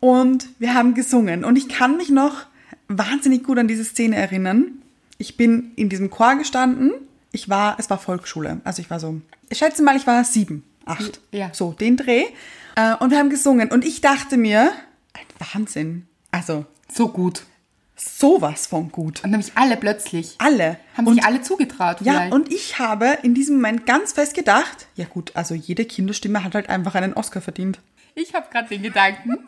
A: Und wir haben gesungen. Und ich kann mich noch wahnsinnig gut an diese Szene erinnern. Ich bin in diesem Chor gestanden. Ich war, es war Volksschule. Also ich war so, ich schätze mal, ich war sieben, acht.
B: Ja.
A: So, den Dreh. Äh, Und wir haben gesungen. Und ich dachte mir, ein Wahnsinn. Also,
B: So gut.
A: sowas von gut.
B: Und nämlich alle plötzlich.
A: Alle.
B: Haben
A: und,
B: sich alle zugetraut
A: Ja,
B: vielleicht.
A: und ich habe in diesem Moment ganz fest gedacht, ja gut, also jede Kinderstimme hat halt einfach einen Oscar verdient.
B: ich habe gerade den Gedanken,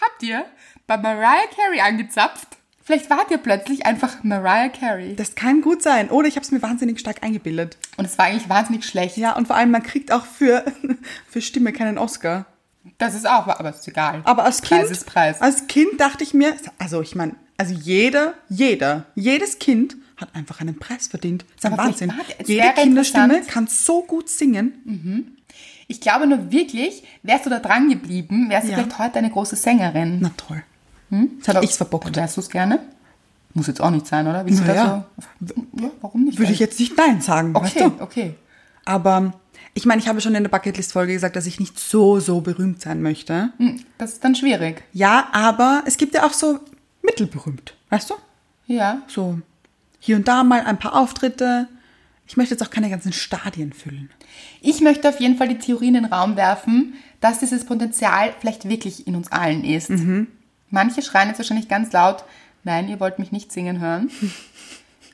B: habt ihr bei Mariah Carey angezapft? Vielleicht wart ihr plötzlich einfach Mariah Carey.
A: Das kann gut sein. Oder ich habe es mir wahnsinnig stark eingebildet.
B: Und es war eigentlich wahnsinnig schlecht.
A: Ja, und vor allem, man kriegt auch für, für Stimme keinen Oscar.
B: Das ist auch, wahr, aber ist egal.
A: Aber als Kind,
B: Preis ist Preis.
A: als Kind dachte ich mir, also ich meine, also jeder, jeder, jedes Kind hat einfach einen Preis verdient. Das ist ein
B: Aber vielleicht
A: Wahnsinn.
B: war der- es
A: Jede
B: wäre
A: Kinderstimme
B: interessant. Hm.
A: kann so gut singen.
B: Ich glaube nur wirklich, wärst du da dran geblieben, wärst du
A: Ja.
B: vielleicht heute eine große Sängerin.
A: Na toll. Hm? Das hat ich's verbockt.
B: Wärst du es gerne? Muss jetzt auch nicht sein, oder? Willst du
A: Na
B: das
A: ja.
B: so? Ja, warum nicht?
A: Würde ich jetzt nicht Nein sagen,
B: Okay,
A: weißt du?
B: okay.
A: Aber ich meine, ich habe schon in der Bucketlist-Folge gesagt, dass ich nicht so, so berühmt sein möchte.
B: Hm, Das ist dann schwierig.
A: Ja, aber es gibt ja auch so mittelberühmt, weißt du?
B: Ja.
A: So hier und da mal ein paar Auftritte. Ich möchte jetzt auch keine ganzen Stadien füllen.
B: Ich möchte auf jeden Fall die Theorie in den Raum werfen, dass dieses Potenzial vielleicht wirklich in uns allen ist. Manche schreien jetzt wahrscheinlich ganz laut, nein, ihr wollt mich nicht singen hören.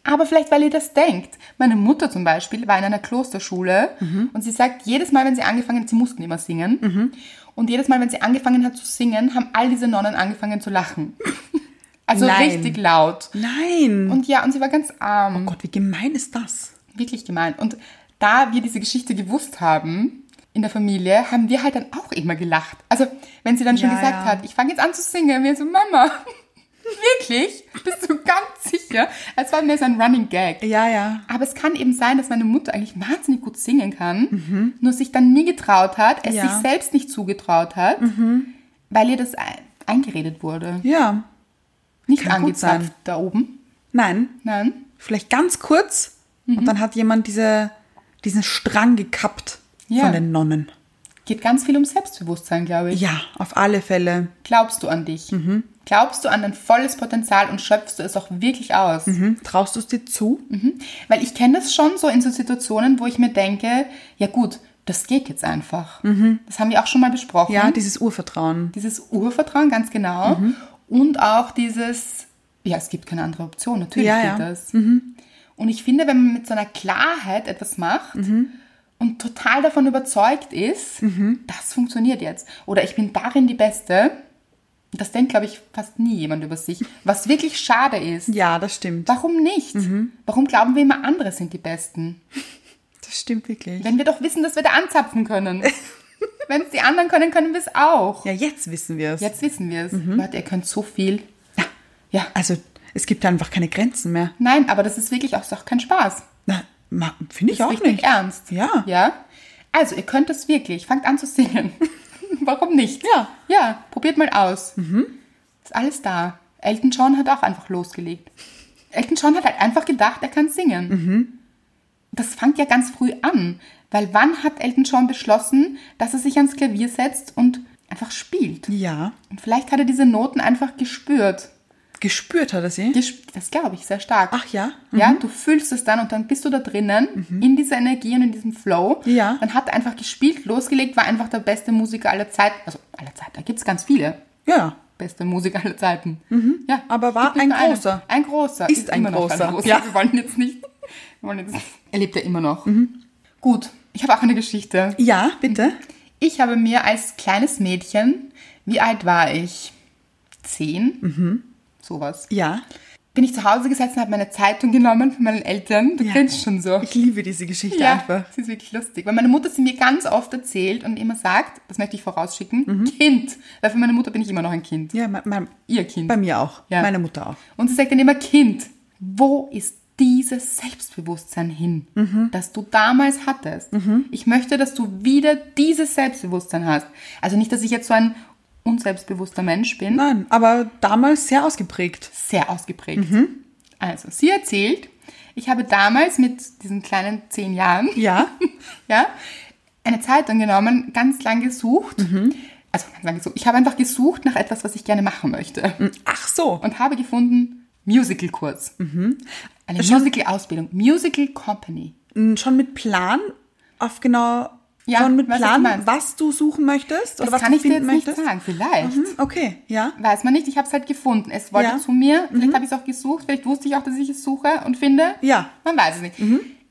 B: Aber vielleicht, weil ihr das denkt. Meine Mutter zum Beispiel war in einer Klosterschule und sie sagt, jedes Mal, wenn sie angefangen hat, sie mussten immer singen. Und jedes Mal, wenn sie angefangen hat zu singen, haben all diese Nonnen angefangen zu lachen. Also
A: Nein.
B: richtig laut.
A: Nein.
B: Und ja, und sie war ganz arm.
A: Oh Gott, wie gemein ist das?
B: Wirklich gemein. Und da wir diese Geschichte gewusst haben in der Familie, haben wir halt dann auch immer gelacht. Also, wenn sie dann schon
A: Ja,
B: gesagt
A: ja.
B: hat, ich fange jetzt an zu singen, wir so, Mama, wirklich? Bist du ganz sicher? Als war mir so ein Running Gag.
A: Ja, ja.
B: Aber es kann eben sein, dass meine Mutter eigentlich wahnsinnig gut singen kann, nur sich dann nie getraut hat, es
A: Mhm. Ja. Mhm.
B: sich selbst nicht zugetraut hat, weil ihr das ein- eingeredet wurde.
A: Ja.
B: Nicht
A: Kann gut
B: angezapft
A: sein.
B: da oben.
A: Nein.
B: Nein.
A: Vielleicht ganz kurz.
B: Mhm.
A: Und dann hat jemand diese, diesen Strang gekappt
B: Ja.
A: von den Nonnen.
B: Geht ganz viel um Selbstbewusstsein, glaube ich.
A: Ja, auf alle Fälle.
B: Glaubst du an dich?
A: Mhm.
B: Glaubst du an dein volles Potenzial und schöpfst du es auch wirklich aus?
A: Mhm. Traust du es dir zu?
B: Mhm. Weil ich kenne das schon so in so Situationen, wo ich mir denke, ja gut, das geht jetzt einfach. Das haben wir auch schon mal besprochen.
A: Mhm. Ja, dieses Urvertrauen.
B: dieses Urvertrauen, ganz genau.
A: Mhm.
B: Und auch dieses, ja, es gibt keine andere Option, natürlich
A: Ja,
B: geht
A: ja. Mhm.
B: das. Und ich finde, wenn man mit so einer Klarheit etwas macht
A: Mhm.
B: und total davon überzeugt ist, das funktioniert jetzt. Oder ich bin darin die Beste. Das denkt, glaube ich, fast nie jemand über sich. Was wirklich schade ist.
A: Ja, Mhm. das stimmt.
B: Warum nicht? Warum glauben wir immer, andere sind die Besten?
A: Das stimmt wirklich.
B: Wenn wir doch wissen, dass wir da anzapfen können. wenn es die anderen können, können wir es auch.
A: Ja, jetzt wissen wir es.
B: Jetzt wissen wir es.
A: Mhm.
B: Leute, ihr könnt so viel. Ja.
A: Also, es gibt einfach keine Grenzen mehr.
B: Nein, aber das ist wirklich auch, ist auch kein Spaß.
A: Na, ma- finde ich
B: Das
A: auch
B: ist richtig
A: nicht.
B: ernst.
A: Ja.
B: Ja. Also, ihr könnt es wirklich. Fangt an zu singen. Warum nicht?
A: Ja. Mhm.
B: Ja, probiert mal aus. Ist alles da. Elton John hat auch einfach losgelegt. Elton John hat halt einfach gedacht, er kann singen.
A: Mhm.
B: Das fängt ja ganz früh an. Weil wann hat Elton John beschlossen, dass er sich ans Klavier setzt und einfach spielt?
A: Ja.
B: Und vielleicht hat er diese Noten einfach gespürt.
A: Gespürt hat er sie.
B: Gesp- Das glaube ich sehr stark.
A: Ach ja? Mhm.
B: Ja, du fühlst es dann und dann bist du da drinnen, in dieser Energie und in diesem Flow.
A: Ja.
B: Dann hat er einfach gespielt, losgelegt, war einfach der beste Musiker aller Zeiten. Also aller Zeiten, da gibt es ganz viele
A: Ja.
B: beste Musiker aller Zeiten. Ja,
A: Mhm. Aber war
B: gibt nicht
A: ein
B: nur einen.
A: großer.
B: Ein großer.
A: Ist ein
B: immer noch
A: großer.
B: Ja.
A: Ja.
B: Wir wollen jetzt nicht. Wir wollen jetzt, er lebt ja immer noch. Gut, ich habe auch eine Geschichte.
A: Ja, bitte.
B: Ich habe mir als kleines Mädchen, wie alt war ich? Zehn?
A: Mhm.
B: Sowas
A: Ja.
B: bin ich zu Hause gesessen, habe meine Zeitung genommen von meinen Eltern. Du
A: Ja.
B: kennst schon so.
A: Ich liebe diese Geschichte einfach.
B: sie ist wirklich lustig. Weil meine Mutter sie mir ganz oft erzählt und immer sagt, das möchte ich vorausschicken, Kind. Weil für meine Mutter bin ich immer noch ein Kind.
A: Mhm. Ja, mein, mein,
B: Ihr Kind.
A: bei mir auch.
B: Ja.
A: Meine Mutter auch.
B: Und sie sagt dann immer, Kind, wo ist dieses Selbstbewusstsein hin,
A: Mhm.
B: das du damals hattest? Ich möchte, dass du wieder dieses Selbstbewusstsein hast. Also nicht, dass ich jetzt so ein unselbstbewusster Mensch bin.
A: Nein, aber damals sehr ausgeprägt.
B: sehr ausgeprägt.
A: Mhm.
B: Also, sie erzählt, ich habe damals mit diesen kleinen zehn Jahren
A: Ja.
B: ja, eine Zeitung genommen, ganz lang gesucht.
A: Mhm.
B: Also, ganz lang gesucht. Ich habe einfach gesucht nach etwas, was ich gerne machen möchte.
A: Ach so.
B: Und habe gefunden, Musical-Kurs. Eine
A: Mhm. Schon-
B: Musical-Ausbildung. Musical Company.
A: Und schon mit Plan auf genau
B: Ja,
A: schon mit
B: was du
A: Plan,
B: meinst.
A: was du suchen möchtest oder
B: Das
A: was
B: kann
A: du
B: ich dir jetzt
A: finden
B: nicht
A: möchtest.
B: sagen. Vielleicht.
A: Hm, okay, ja.
B: Weiß man nicht, ich habe es halt gefunden. Es wollte
A: Ja. Mhm.
B: zu mir, vielleicht habe ich es auch gesucht, vielleicht wusste ich auch, dass ich es suche und finde.
A: Ja. Mhm.
B: Man weiß es nicht.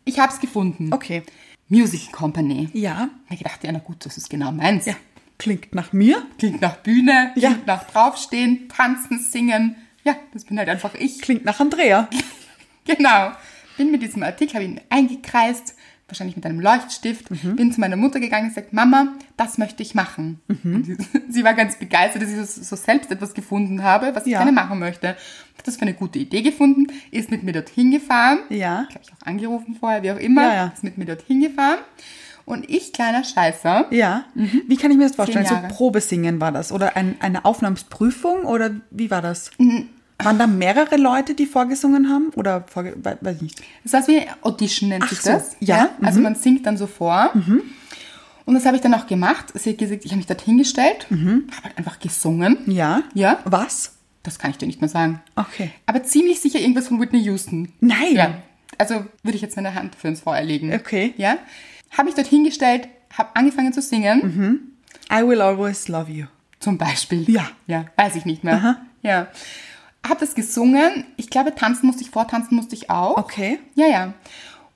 B: Ich habe es gefunden.
A: Okay.
B: Music Company.
A: Ja.
B: Ich dachte, ja, na gut, das ist genau meins.
A: Ja. Klingt nach mir.
B: Klingt nach Bühne,
A: Ja.
B: klingt nach draufstehen, tanzen, singen. Ja, das bin halt einfach ich.
A: Klingt nach Andrea.
B: Genau. Bin mit diesem Artikel, habe ihn eingekreist, wahrscheinlich mit einem Leuchtstift,
A: Mhm.
B: bin zu meiner Mutter gegangen und gesagt, Mama, das möchte ich machen.
A: Mhm.
B: Und sie, sie war ganz begeistert, dass ich so, so selbst etwas gefunden habe, was ich
A: Ja.
B: gerne machen möchte. Hat das für eine gute Idee gefunden, ist mit mir dorthin gefahren.
A: Ja.
B: Glaube ich auch angerufen vorher, wie auch immer.
A: Ja, ja.
B: Ist mit mir dorthin gefahren. Und ich, kleiner Scheißer,
A: Ja. Wie kann ich mir das vorstellen? So
B: Mhm. Jahre.
A: Probesingen war das oder ein, eine Aufnahmsprüfung oder wie war das?
B: Mhm.
A: Waren da mehrere Leute, die vorgesungen haben oder vorge we- weiß nicht.
B: Das heißt, wie Audition nennt
A: Ach
B: sich
A: so,
B: das.
A: ja, mhm.
B: Also man singt dann so vor. Und das habe ich dann auch gemacht. Sie hat gesagt, ich habe mich dorthin gestellt,
A: Mhm.
B: habe halt einfach gesungen.
A: Ja.
B: Ja.
A: Was?
B: Das kann ich dir nicht mehr sagen.
A: Okay.
B: Aber ziemlich sicher irgendwas von Whitney Houston.
A: Nein.
B: Ja. Also würde ich jetzt meine Hand für uns vorerlegen.
A: Okay.
B: Ja. Habe mich dorthin gestellt, habe angefangen zu singen.
A: Mhm. I will always love you.
B: Zum Beispiel.
A: Ja.
B: Ja, weiß ich nicht mehr.
A: Aha.
B: Ja. Hab das gesungen. Ich glaube, tanzen musste ich, vortanzen musste ich auch.
A: Okay.
B: Ja, ja.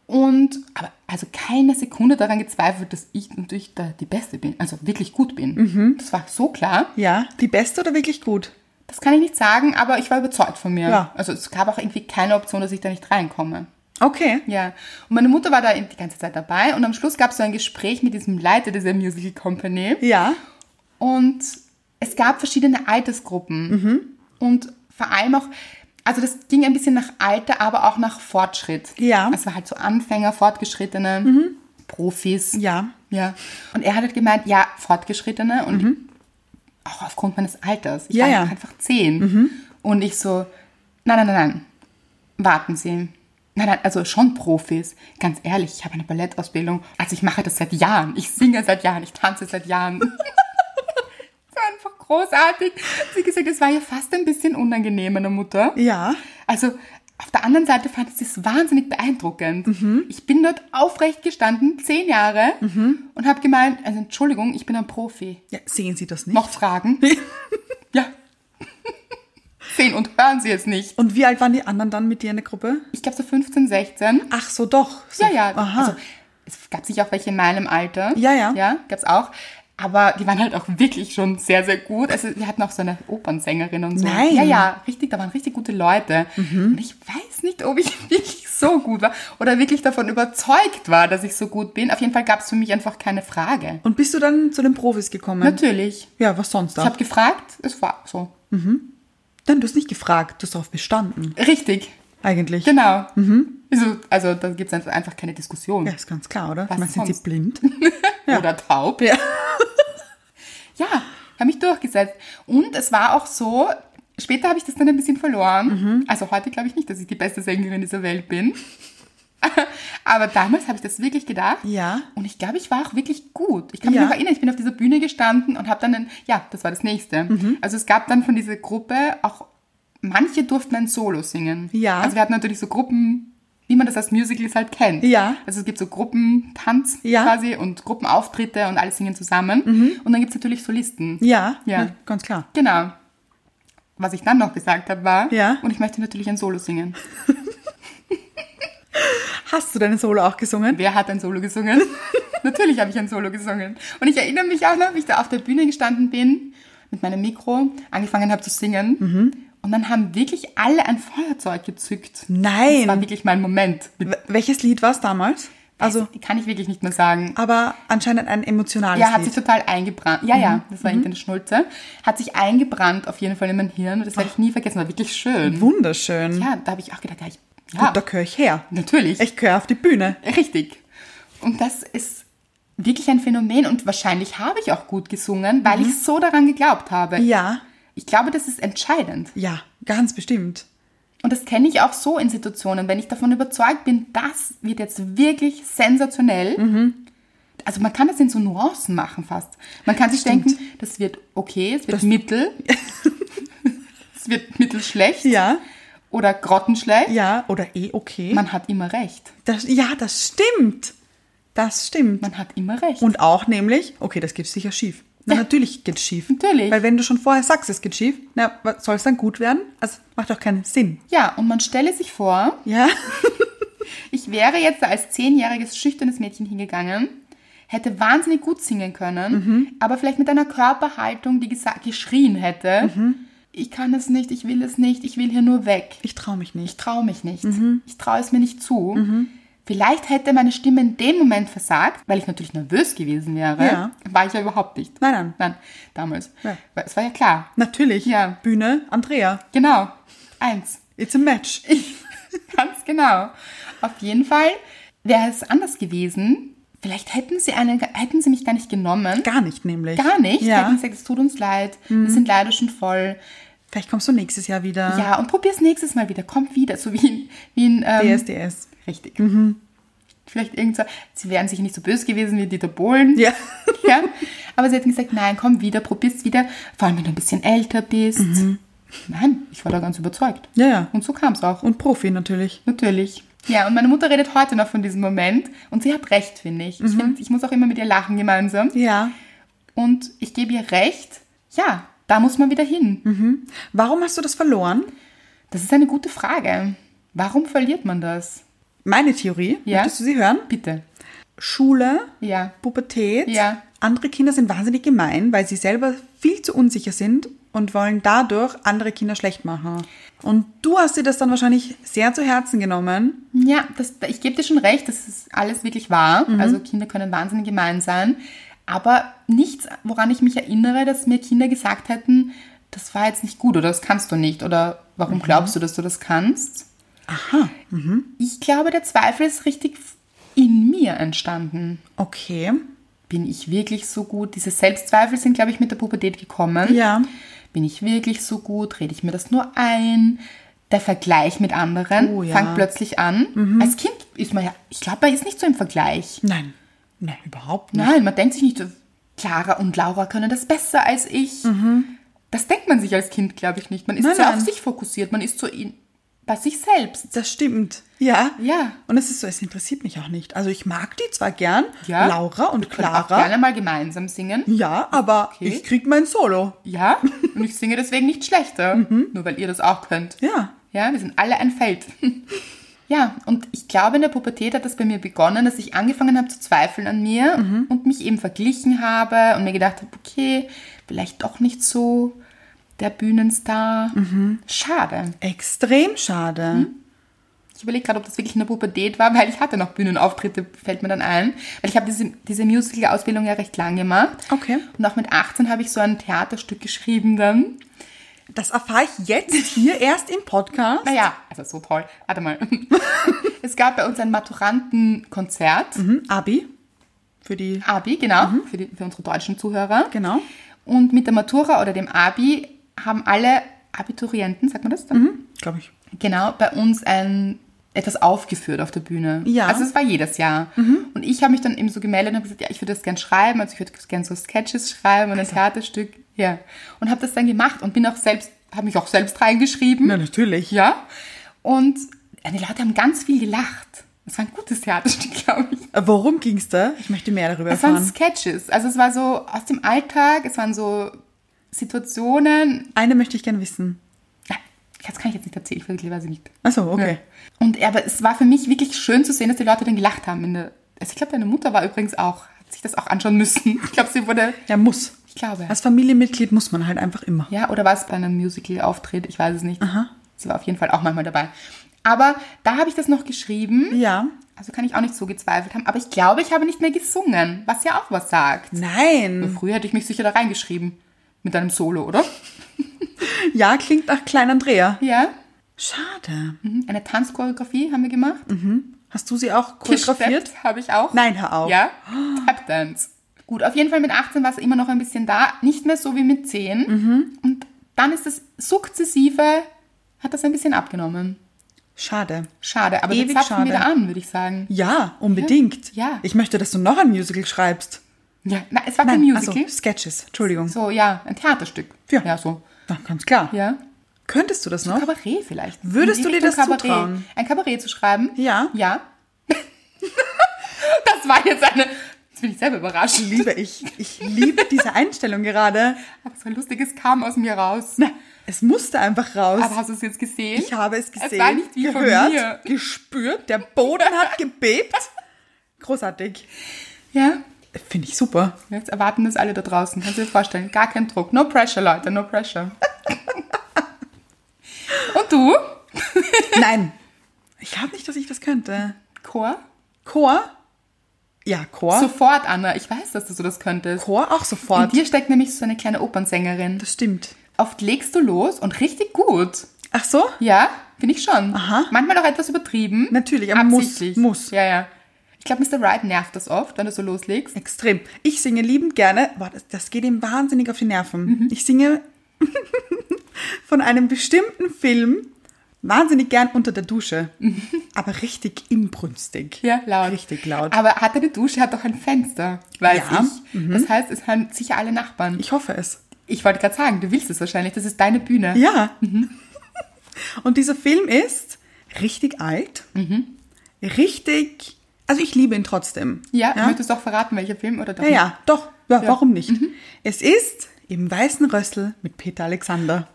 B: Und, aber also keine Sekunde daran gezweifelt, dass ich natürlich da die Beste bin, also wirklich gut bin. Das war so klar.
A: Ja. Die beste oder wirklich gut?
B: Das kann ich nicht sagen, aber ich war überzeugt von mir.
A: Ja.
B: Also es gab auch irgendwie keine Option, dass ich da nicht reinkomme.
A: Okay.
B: Ja, und meine Mutter war da eben die ganze Zeit dabei und am Schluss gab es so ein Gespräch mit diesem Leiter dieser Musical Company.
A: Ja.
B: Und es gab verschiedene Altersgruppen.
A: Mhm.
B: Und vor allem auch, also das ging ein bisschen nach Alter, aber auch nach Fortschritt.
A: Ja. Mhm.
B: Es war halt so Anfänger, Fortgeschrittene, Profis.
A: Ja.
B: Ja. Und er hat halt gemeint, ja, Fortgeschrittene und auch aufgrund meines Alters. Ich
A: Mhm. Ja,
B: war
A: ja. Mhm.
B: einfach zehn. Und ich so, nein, nein, nein, nein, warten Sie. Nein, nein, also schon Profis. Ganz ehrlich, ich habe eine Ballettausbildung. Also ich mache das seit Jahren. Ich singe seit Jahren. Ich tanze seit Jahren. das war einfach großartig. Sie hat gesagt, es war ja fast ein bisschen unangenehm, meiner Mutter.
A: Ja.
B: Also auf der anderen Seite fand ich das wahnsinnig beeindruckend. Ich bin dort aufrecht gestanden, zehn Jahre, und habe gemeint, also Entschuldigung, ich bin ein Profi.
A: ja. Sehen Sie das nicht?
B: Noch Fragen? ja. Sehen und hören Sie es nicht.
A: Und wie alt waren die anderen dann mit dir in der Gruppe?
B: Ich glaube so 15, 16.
A: Ach so, doch. So,
B: Ja, ja.
A: Aha.
B: Also, es gab sicher auch welche in meinem Alter.
A: Ja, ja.
B: Ja, gab's auch. Aber die waren halt auch wirklich schon sehr, sehr gut. Also wir hatten auch so eine Opernsängerin und so.
A: Nein. Mhm.
B: Ja, ja, richtig, da waren richtig gute Leute. Und ich weiß nicht, ob ich wirklich so gut war oder wirklich davon überzeugt war, dass ich so gut bin. Auf jeden Fall gab's für mich einfach keine Frage.
A: Und bist du dann zu den Profis gekommen?
B: Natürlich.
A: Ja, was sonst
B: Ich
A: da?
B: habe gefragt, es war so.
A: Dann du hast nicht gefragt, du hast darauf bestanden.
B: Richtig,
A: Eigentlich.
B: genau. Also, also da gibt's einfach- einfach keine Diskussion.
A: Mhm. Ja, ist ganz klar, oder?
B: Was
A: ich meine, sind sie
B: sonst?
A: blind?
B: oder taub. Ja, habe mich durchgesetzt. Und es war auch so, später habe ich das dann ein bisschen verloren. Also heute glaube ich nicht, dass ich die beste Sängerin dieser Welt bin. Aber damals habe ich das wirklich gedacht.
A: Ja.
B: Und ich glaube, ich war auch wirklich gut. Ich kann mich
A: Ja.
B: noch erinnern, ich bin auf dieser Bühne gestanden und habe dann, ein, ja, das war das nächste.
A: Mhm.
B: Also es gab dann von dieser Gruppe auch, manche durften ein Solo singen.
A: Ja.
B: Also wir hatten natürlich so Gruppen, wie man das als Musicals halt kennt.
A: Ja.
B: Also es gibt so Gruppentanz
A: Ja. Mhm.
B: quasi und Gruppenauftritte und alle singen zusammen. Und dann gibt es natürlich Solisten.
A: Ja,
B: Ja.
A: na, ganz klar.
B: Genau. Was ich dann noch gesagt habe war,
A: Ja.
B: und ich möchte natürlich ein Solo singen.
A: Hast du deine Solo auch gesungen?
B: Wer hat ein Solo gesungen? Natürlich habe ich ein Solo gesungen. Und ich erinnere mich auch noch, wie ich da auf der Bühne gestanden bin, mit meinem Mikro, angefangen habe zu singen.
A: Mhm.
B: Und dann haben wirklich alle ein Feuerzeug gezückt. Das war
A: Nein.
B: wirklich mein Moment.
A: W- Welches Lied war es damals? Also, Ah,
B: Kann ich wirklich nicht mehr sagen.
A: aber anscheinend ein emotionales
B: Ja, hat sich
A: Lied.
B: total eingebrannt. Ja,
A: Mhm.
B: ja, das war irgendeine Schnulze. Hat sich eingebrannt auf jeden Fall in mein Hirn. Das werde ich nie vergessen. War wirklich schön.
A: Wunderschön.
B: Ja, da habe ich auch gedacht, ja, ich, ja
A: Gut, da gehöre ich her.
B: natürlich.
A: Ich gehöre auf die Bühne.
B: Richtig. Und das ist wirklich ein Phänomen. Und wahrscheinlich habe ich auch gut gesungen, weil ich so daran geglaubt habe.
A: Mhm. Ja,
B: Ich glaube, das ist entscheidend.
A: ja, ganz bestimmt.
B: Und das kenne ich auch so in Situationen, wenn ich davon überzeugt bin, das wird jetzt wirklich sensationell.
A: Mhm.
B: Also man kann das in so Nuancen machen fast. Man kann sich denken, das wird okay, es wird mittel, es wird mittelschlecht
A: Ja,
B: oder grottenschlecht.
A: ja, oder eh okay.
B: Man hat immer recht.
A: Das, ja, das stimmt. Das stimmt.
B: Man hat immer recht.
A: Und auch nämlich, okay, das geht sicher schief. Na,
B: Ja.
A: natürlich geht's schief.
B: Natürlich.
A: Weil wenn du schon vorher sagst, es geht schief, na, soll es dann gut werden? Also macht doch keinen Sinn.
B: ja, und man stelle sich vor,
A: Ja?
B: Ich wäre jetzt da als zehnjähriges schüchternes Mädchen hingegangen, hätte wahnsinnig gut singen können,
A: Mhm.
B: aber vielleicht mit einer Körperhaltung, die gesa- geschrien hätte,
A: Mhm.
B: ich kann es nicht, ich will es nicht, ich will hier nur weg.
A: Ich traue mich
B: Ich
A: nicht. Mhm.
B: traue mich nicht. Ich traue es mir nicht zu. Vielleicht hätte meine Stimme in dem Moment versagt, weil ich natürlich nervös gewesen wäre.
A: Ja.
B: War ich ja überhaupt nicht.
A: Nein, nein.
B: Nein, damals.
A: Ja.
B: Weil Es war ja klar.
A: Natürlich.
B: Ja.
A: Bühne, Andrea.
B: Genau. Eins.
A: It's a match.
B: Ganz genau. Auf jeden Fall wäre es anders gewesen. Vielleicht hätten sie, einen, hätten sie mich gar nicht genommen.
A: Gar nicht nämlich.
B: Gar nicht.
A: Ja. Mhm.
B: Hätten gesagt, es tut uns leid. Wir sind leider schon voll.
A: Vielleicht kommst du nächstes Jahr wieder.
B: Ja, und probier's nächstes Mal wieder. Kommt wieder. So wie in, wie in ähm,
A: DSDS.
B: Richtig. Vielleicht irgend so, sie wären sicher nicht so böse gewesen wie Dieter Bohlen.
A: Ja.
B: ja. Aber sie hätten gesagt, nein, komm wieder, probier's wieder. Vor allem, wenn du ein bisschen älter bist. Nein, ich war da ganz überzeugt.
A: Mhm. Ja, ja.
B: Und so kam's auch.
A: Und Profi natürlich.
B: Natürlich. Ja, und meine Mutter redet heute noch von diesem Moment. Und sie hat recht, finde ich. Ich, find, ich muss auch immer mit ihr lachen gemeinsam.
A: Ja.
B: Und ich gebe ihr recht. Ja, da muss man wieder hin.
A: Warum hast du das verloren?
B: Das ist eine gute Frage. Warum verliert man das?
A: Meine Theorie,
B: Ja.
A: möchtest du sie hören?
B: Bitte.
A: Schule,
B: Ja.
A: Pubertät.
B: Ja.
A: Andere Kinder sind wahnsinnig gemein, weil sie selber viel zu unsicher sind und wollen dadurch andere Kinder schlecht machen. Und du hast dir das dann wahrscheinlich sehr zu Herzen genommen.
B: Ja, das, ich gebe dir schon recht, das ist alles wirklich wahr.
A: Mhm.
B: Also Kinder können wahnsinnig gemein sein. Aber nichts, woran ich mich erinnere, dass mir Kinder gesagt hätten, das war jetzt nicht gut oder das kannst du nicht oder warum glaubst du, dass du das
A: Mhm.
B: kannst?
A: Aha. mhm.
B: Ich glaube, der Zweifel ist richtig in mir entstanden.
A: Okay.
B: Bin ich wirklich so gut? Diese Selbstzweifel sind, glaube ich, mit der Pubertät gekommen.
A: Ja.
B: Bin ich wirklich so gut? Rede ich mir das nur ein? Der Vergleich mit anderen
A: Oh, ja. Mhm.
B: fängt plötzlich an. Als Kind ist man ja, ich glaube, man ist nicht so im Vergleich.
A: Nein. Nein, überhaupt nicht.
B: Nein, man denkt sich nicht so, Clara und Laura können das besser als ich. Das denkt man sich als Kind, glaube ich, nicht. Man ist
A: Mhm. Nein,
B: so auf
A: nein.
B: sich fokussiert, man ist so in, bei sich selbst.
A: Das stimmt. Ja.
B: Ja.
A: Und es ist so, es interessiert mich auch nicht. Also ich mag die zwar gern,
B: Ja.
A: Laura und
B: Können Auch
A: Clara.
B: gerne mal gemeinsam singen.
A: Ja, aber
B: Okay.
A: ich krieg mein Solo.
B: Ja, und ich singe deswegen nicht schlechter,
A: Mhm.
B: nur weil ihr das auch könnt.
A: Ja.
B: Ja, wir sind alle ein Feld. ja, und ich glaube, in der Pubertät hat das bei mir begonnen, dass ich angefangen habe zu zweifeln an mir und mich eben verglichen habe und mir gedacht habe, okay, vielleicht doch nicht so der Bühnenstar. Schade.
A: Extrem schade.
B: Mhm. Ich überlege gerade, ob das wirklich in der Pubertät war, weil ich hatte noch Bühnenauftritte, fällt mir dann ein. Weil ich habe diese, diese Musical-Ausbildung ja recht lang gemacht.
A: Okay.
B: Und auch mit 18 habe ich so ein Theaterstück geschrieben dann.
A: Das erfahre ich jetzt hier erst im Podcast.
B: Naja, also so toll. Warte mal. es gab bei uns ein Maturantenkonzert,
A: Mhm, Abi. Für die.
B: Abi, genau,
A: Mhm.
B: für, die, für unsere deutschen Zuhörer.
A: Genau.
B: Und mit der Matura oder dem Abi haben alle Abiturienten, sagt man das dann?
A: Glaube ich.
B: Genau, bei uns ein etwas aufgeführt auf der Bühne.
A: Ja. Mhm.
B: Also es war jedes Jahr. Und ich habe mich dann eben so gemeldet und habe gesagt, ja, ich würde das gern schreiben, also ich würde gern so Sketches schreiben und ein
A: Genau.
B: Theaterstück. Ja. Und habe das dann gemacht und bin auch selbst, habe mich auch selbst reingeschrieben.
A: Ja, natürlich.
B: Ja. Und die Leute haben ganz viel gelacht. Es war ein gutes Theaterstück, glaube ich.
A: Äh, Worum ging's da? Ich möchte mehr darüber
B: Es waren
A: erfahren.
B: Sketches. Also es war so aus dem Alltag, es waren so Situationen.
A: Eine möchte ich gern wissen.
B: Nein, Das kann ich jetzt nicht erzählen, ich will lieber sie nicht.
A: Achso, okay.
B: Und aber es war für mich wirklich schön zu sehen, dass die Leute dann gelacht haben. In der, also ich glaube, deine Mutter war übrigens auch, hat sich das auch anschauen müssen. Ich glaube, sie wurde,
A: Ja, muss.
B: ich glaube.
A: Als Familienmitglied muss man halt einfach immer.
B: Ja, oder war es bei einem Musical-Auftritt? Ich weiß es nicht. Sie war auf jeden Fall auch manchmal dabei. Aber da habe ich das noch geschrieben.
A: Ja.
B: Also kann ich auch nicht so gezweifelt haben. Aber ich glaube, ich habe nicht mehr gesungen, was ja auch was sagt.
A: Nein.
B: Früher hätte ich mich sicher da reingeschrieben. Mit einem Solo, oder?
A: Ja, klingt nach Klein Andrea.
B: Ja.
A: Schade.
B: Mhm. Eine Tanzchoreografie haben wir gemacht.
A: Hast du sie auch choreografiert?
B: Gesteppt habe ich auch.
A: Nein, hör auf.
B: Ja. Tapdance. Gut, auf jeden Fall mit 18 war es immer noch ein bisschen da. Nicht mehr so wie mit 10.
A: Mhm.
B: Und dann ist es sukzessive, hat das ein bisschen abgenommen.
A: Schade.
B: Schade, aber
A: Ewig
B: wir zapfen
A: schade.
B: wieder an, würde ich sagen.
A: Ja, unbedingt.
B: Ja.
A: Ich möchte, dass du noch ein Musical schreibst.
B: Ja, na, es war kein Musical.
A: Also, Sketches, Entschuldigung.
B: So, ja, ein Theaterstück.
A: Ja.
B: ja so.
A: Na, ganz klar.
B: Ja.
A: Könntest du das noch?
B: Kabarett vielleicht.
A: Ne? Würdest
B: In
A: du
B: die
A: dir das
B: Richtung
A: zutrauen?
B: Ein Kabarett zu schreiben?
A: Ja.
B: Ja. das war jetzt eine. Jetzt bin ich selber überrascht.
A: Liebe ich. Ich liebe diese Einstellung gerade.
B: Aber so ein lustiges kam aus mir raus.
A: Na, es musste einfach raus.
B: Aber hast du es jetzt gesehen?
A: ich habe es gesehen,
B: Es war nicht wie von mir.
A: gehört, gespürt. Der Boden hat gebebt. Großartig.
B: Ja.
A: Finde ich super.
B: Jetzt erwarten das alle da draußen. Kannst du dir vorstellen? Gar kein Druck. No pressure, Leute. No pressure. Und du?
A: Nein, ich glaube nicht, dass ich das könnte.
B: Chor?
A: Chor? Ja, Chor.
B: Sofort, Anna. Ich weiß, dass du so das könntest.
A: Chor auch
B: In
A: sofort.
B: dir steckt nämlich so eine kleine Opernsängerin.
A: Das stimmt.
B: Oft legst du los und richtig gut.
A: Ach so?
B: Ja, finde ich schon.
A: Aha.
B: Manchmal auch etwas übertrieben.
A: Natürlich, aber muss,
B: Absichtlich.
A: muss.
B: Ja, ja. Ich glaube, Mr. Right nervt das oft, wenn du so loslegst.
A: Extrem. Ich singe liebend gerne. Boah, das, das geht ihm wahnsinnig auf die Nerven. Ich singe von einem bestimmten Film wahnsinnig gern unter der Dusche. aber richtig inbrünstig.
B: Ja, laut.
A: Richtig laut.
B: Aber hat eine Dusche, hat doch ein Fenster, weiß
A: Ja, mhm.
B: ich. Das heißt, es haben sicher alle Nachbarn.
A: Ich hoffe es.
B: Ich wollte gerade sagen, du willst es wahrscheinlich, das ist deine Bühne.
A: Ja. Und dieser Film ist richtig alt. Richtig. Also ich liebe ihn trotzdem.
B: Ja, du möchtest doch verraten, welcher Film oder doch
A: Ja,
B: nicht?
A: ja, doch. Ja, warum nicht? Es ist im weißen Rössel mit Peter Alexander.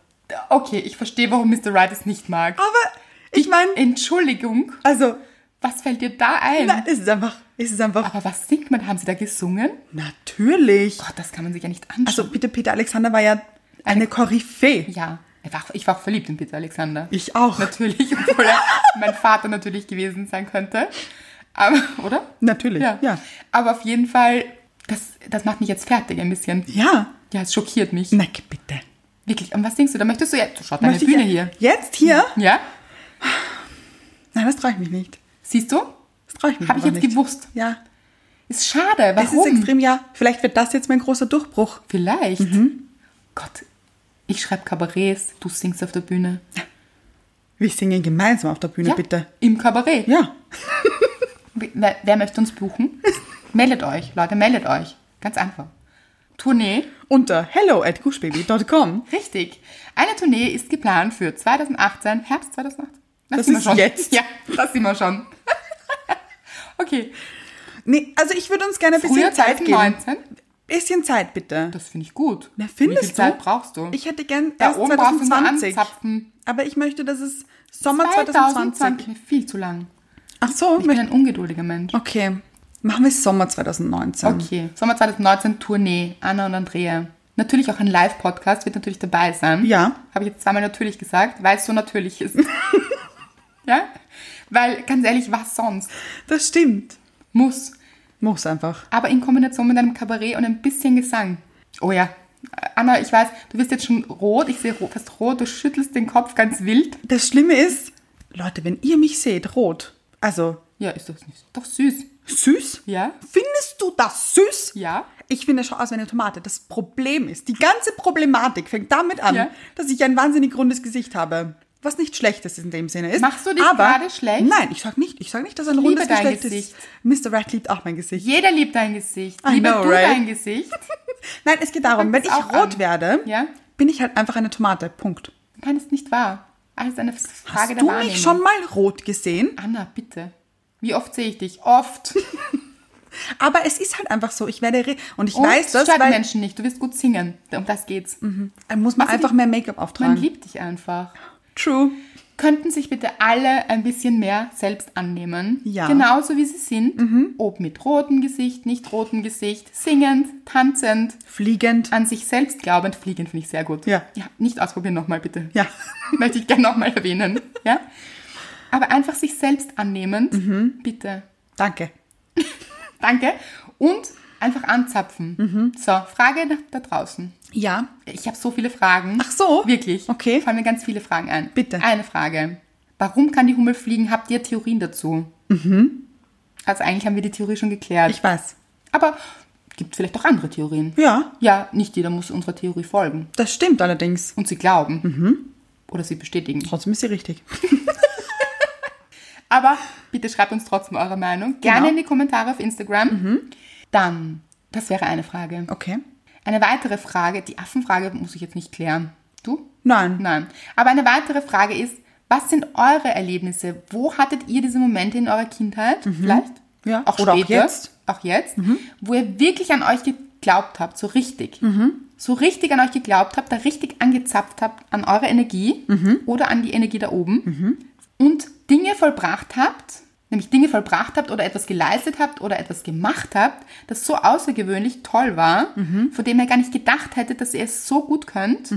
B: Okay, ich verstehe, warum Mr. Right es nicht mag.
A: Aber ich meine,
B: Entschuldigung,
A: also
B: was fällt dir da ein?
A: Nein, es ist einfach, es ist einfach
B: Aber was singt man? Haben sie da gesungen?
A: natürlich.
B: Gott, das kann man sich ja nicht anschauen.
A: Also bitte, Peter Alexander war ja eine Koryphäe.
B: ja, ich war, ich war auch verliebt in Peter Alexander.
A: Ich auch.
B: Natürlich, obwohl er mein Vater natürlich gewesen sein könnte. Aber, oder?
A: Natürlich, ja.
B: Aber auf jeden Fall, das, das macht mich jetzt fertig ein bisschen.
A: Ja.
B: Ja, es schockiert mich.
A: Na, bitte.
B: Wirklich, und was singst du? Da möchtest du jetzt, so schaut deine
A: Möchte ich
B: Bühne
A: ja-
B: hier.
A: Jetzt hier?
B: Ja?
A: Nein, das traue ich mich nicht.
B: Siehst du?
A: Das traue ich mich
B: Habe ich
A: aber
B: jetzt
A: nicht.
B: gewusst.
A: Ja.
B: Ist schade,
A: Das
B: warum?
A: ist extrem, ja. Vielleicht wird das jetzt mein großer Durchbruch.
B: Vielleicht.
A: Mhm.
B: Gott, ich schreibe Kabarets, du singst auf der Bühne.
A: Wir singen gemeinsam auf der Bühne, bitte.
B: Im Kabarett.
A: Ja.
B: Wer, wer möchte uns buchen? meldet euch, Leute, meldet euch. Ganz einfach. Tournee.
A: Unter hello at goosebaby.com.
B: Richtig. Eine Tournee ist geplant für 2018, Herbst 2018.
A: Das
B: sind wir
A: ist
B: schon.
A: jetzt.
B: Ja, das sind wir schon. okay.
A: Nee, also ich würde uns gerne ein bisschen
B: Früher
A: Zeit geben.
B: 2019.
A: Bisschen Zeit, bitte.
B: Das finde ich gut.
A: Na, findest
B: Wie viel
A: du?
B: Zeit brauchst du?
A: Ich hätte gern
B: Da
A: erst
B: oben brauchst du nur
A: 2020.
B: anzapfen.
A: Aber ich möchte, dass es Sommer 2020.
B: 2020. Viel zu lang.
A: Ach so,
B: Ich bin ein ungeduldiger Mensch.
A: Okay. Machen wir es Sommer 2019.
B: Okay. Sommer 2019 Tournee, Anna und Andrea. Natürlich auch ein Live-Podcast wird natürlich dabei sein.
A: Ja.
B: Habe ich jetzt zweimal natürlich gesagt, weil es so natürlich ist. ja? Weil, ganz ehrlich, was sonst?
A: Das stimmt.
B: Muss.
A: Muss einfach.
B: Aber in Kombination mit einem Kabarett und ein bisschen Gesang. Oh ja. Anna, ich weiß, du wirst jetzt schon rot. Ich sehe ro- fast rot. Du schüttelst den Kopf ganz wild.
A: Das Schlimme ist, Leute, wenn ihr mich seht, rot. Also,
B: Ja, ist das nicht. Doch süß.
A: süß?
B: Ja?
A: Findest du das süß?
B: Ja.
A: Ich finde, es schaut aus wie eine Tomate. Das Problem ist, die ganze Problematik fängt damit an,
B: Ja.
A: dass ich ein wahnsinnig rundes Gesicht habe. Was nicht Schlechtes in dem Sinne ist.
B: Machst du dich
A: aber-
B: gerade schlecht?
A: Nein, ich sag nicht. Ich sag nicht, dass ein
B: liebe
A: rundes
B: dein
A: Geschlecht
B: Gesicht.
A: ist. Mr. Rat liebt auch mein Gesicht.
B: Jeder liebt dein Gesicht.
A: I
B: Liebe
A: know,
B: du
A: right?
B: dein Gesicht.
A: Nein, es geht darum, wenn
B: Fängt
A: ich
B: es auch
A: rot
B: an.
A: werde,
B: Ja.
A: bin ich halt einfach eine Tomate. Punkt.
B: Nein, ist nicht wahr. Alles eine Frage
A: Hast
B: der
A: du
B: Wahrnehmung.
A: mich schon mal rot gesehen?
B: Anna, bitte. Wie oft sehe ich dich? Oft.
A: Aber es ist halt einfach so. Ich werde re und ich
B: Und
A: weiß das,
B: stört die
A: weil
B: Menschen nicht. Du wirst gut singen. Um das geht's.
A: äh, muss man
B: Machst du
A: einfach
B: die-
A: mehr Make-up
B: Man
A: auftragen.
B: liebt dich einfach.
A: True.
B: Könnten sich bitte alle ein bisschen mehr selbst annehmen.
A: Ja. Mhm.
B: Genauso wie sie sind. Ob mit rotem Gesicht, nicht rotem Gesicht, singend, tanzend,
A: Fliegend.
B: an sich selbst glaubend. Fliegend finde ich sehr gut.
A: Ja.
B: Ja, nicht ausprobieren nochmal bitte.
A: Ja.
B: Möchte ich gerne nochmal erwähnen. Ja. Aber einfach sich selbst annehmend.
A: Mhm.
B: Bitte.
A: Danke.
B: Danke. Und einfach anzapfen.
A: Mhm.
B: So, Frage nach da draußen.
A: Ja.
B: Ich habe so viele Fragen.
A: Ach so.
B: Wirklich.
A: Okay.
B: Fallen mir ganz viele Fragen ein.
A: Bitte.
B: Eine Frage. Warum kann die Hummel fliegen? Habt ihr Theorien dazu? Mhm. Also eigentlich haben wir die Theorie schon geklärt.
A: Ich weiß.
B: Aber gibt vielleicht auch andere Theorien.
A: Ja.
B: Ja, nicht jeder muss unserer Theorie folgen.
A: Das stimmt allerdings.
B: Und sie glauben. Mhm. Oder sie bestätigen.
A: Trotzdem ist sie richtig.
B: Aber bitte schreibt uns trotzdem eure Meinung. Gerne
A: Genau. Mhm.
B: in die Kommentare auf Instagram. Dann, das wäre eine Frage.
A: Okay.
B: Eine weitere Frage, die Affenfrage muss ich jetzt nicht klären. Du?
A: Nein.
B: Nein. Aber eine weitere Frage ist, was sind eure Erlebnisse? Wo hattet ihr diese Momente in eurer Kindheit? Vielleicht?
A: Ja,
B: Auch
A: oder auch
B: später, Mhm.
A: jetzt.
B: Auch jetzt. Wo ihr wirklich an euch geglaubt habt, so richtig. So richtig an euch geglaubt habt, da richtig angezapft habt an eure Energie oder an die Energie da oben. Und Dinge vollbracht habt, nämlich Dinge vollbracht habt oder etwas geleistet habt oder etwas gemacht habt, das so außergewöhnlich toll war, von dem ihr gar nicht gedacht hättet, dass ihr es so gut könnt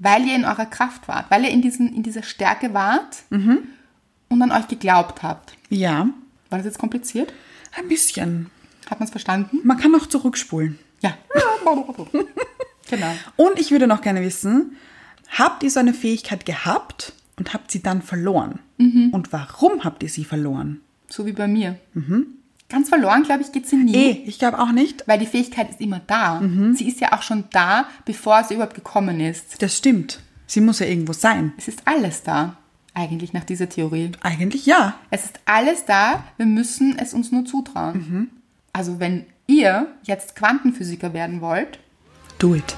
B: weil ihr in eurer Kraft wart, Mhm. weil ihr in, diesen, in dieser Stärke wart und an euch geglaubt habt.
A: Ja.
B: War das jetzt kompliziert?
A: Ein bisschen.
B: Hat man es verstanden?
A: Man kann auch zurückspulen.
B: Ja. genau.
A: Und ich würde noch gerne wissen, habt ihr so eine Fähigkeit gehabt und habt sie dann verloren?
B: Mhm.
A: Und warum habt ihr sie verloren?
B: So wie bei mir. Ganz verloren, glaube ich, geht sie nie.
A: Eh, ich glaube auch nicht.
B: Weil die Fähigkeit ist immer da. Sie ist ja auch schon da, bevor sie überhaupt gekommen ist.
A: Das stimmt. Sie muss ja irgendwo sein.
B: Es ist alles da. Eigentlich nach dieser Theorie.
A: Eigentlich ja.
B: Es ist alles da, wir müssen es uns nur zutrauen. Also wenn ihr jetzt Quantenphysiker werden wollt,
A: Do it.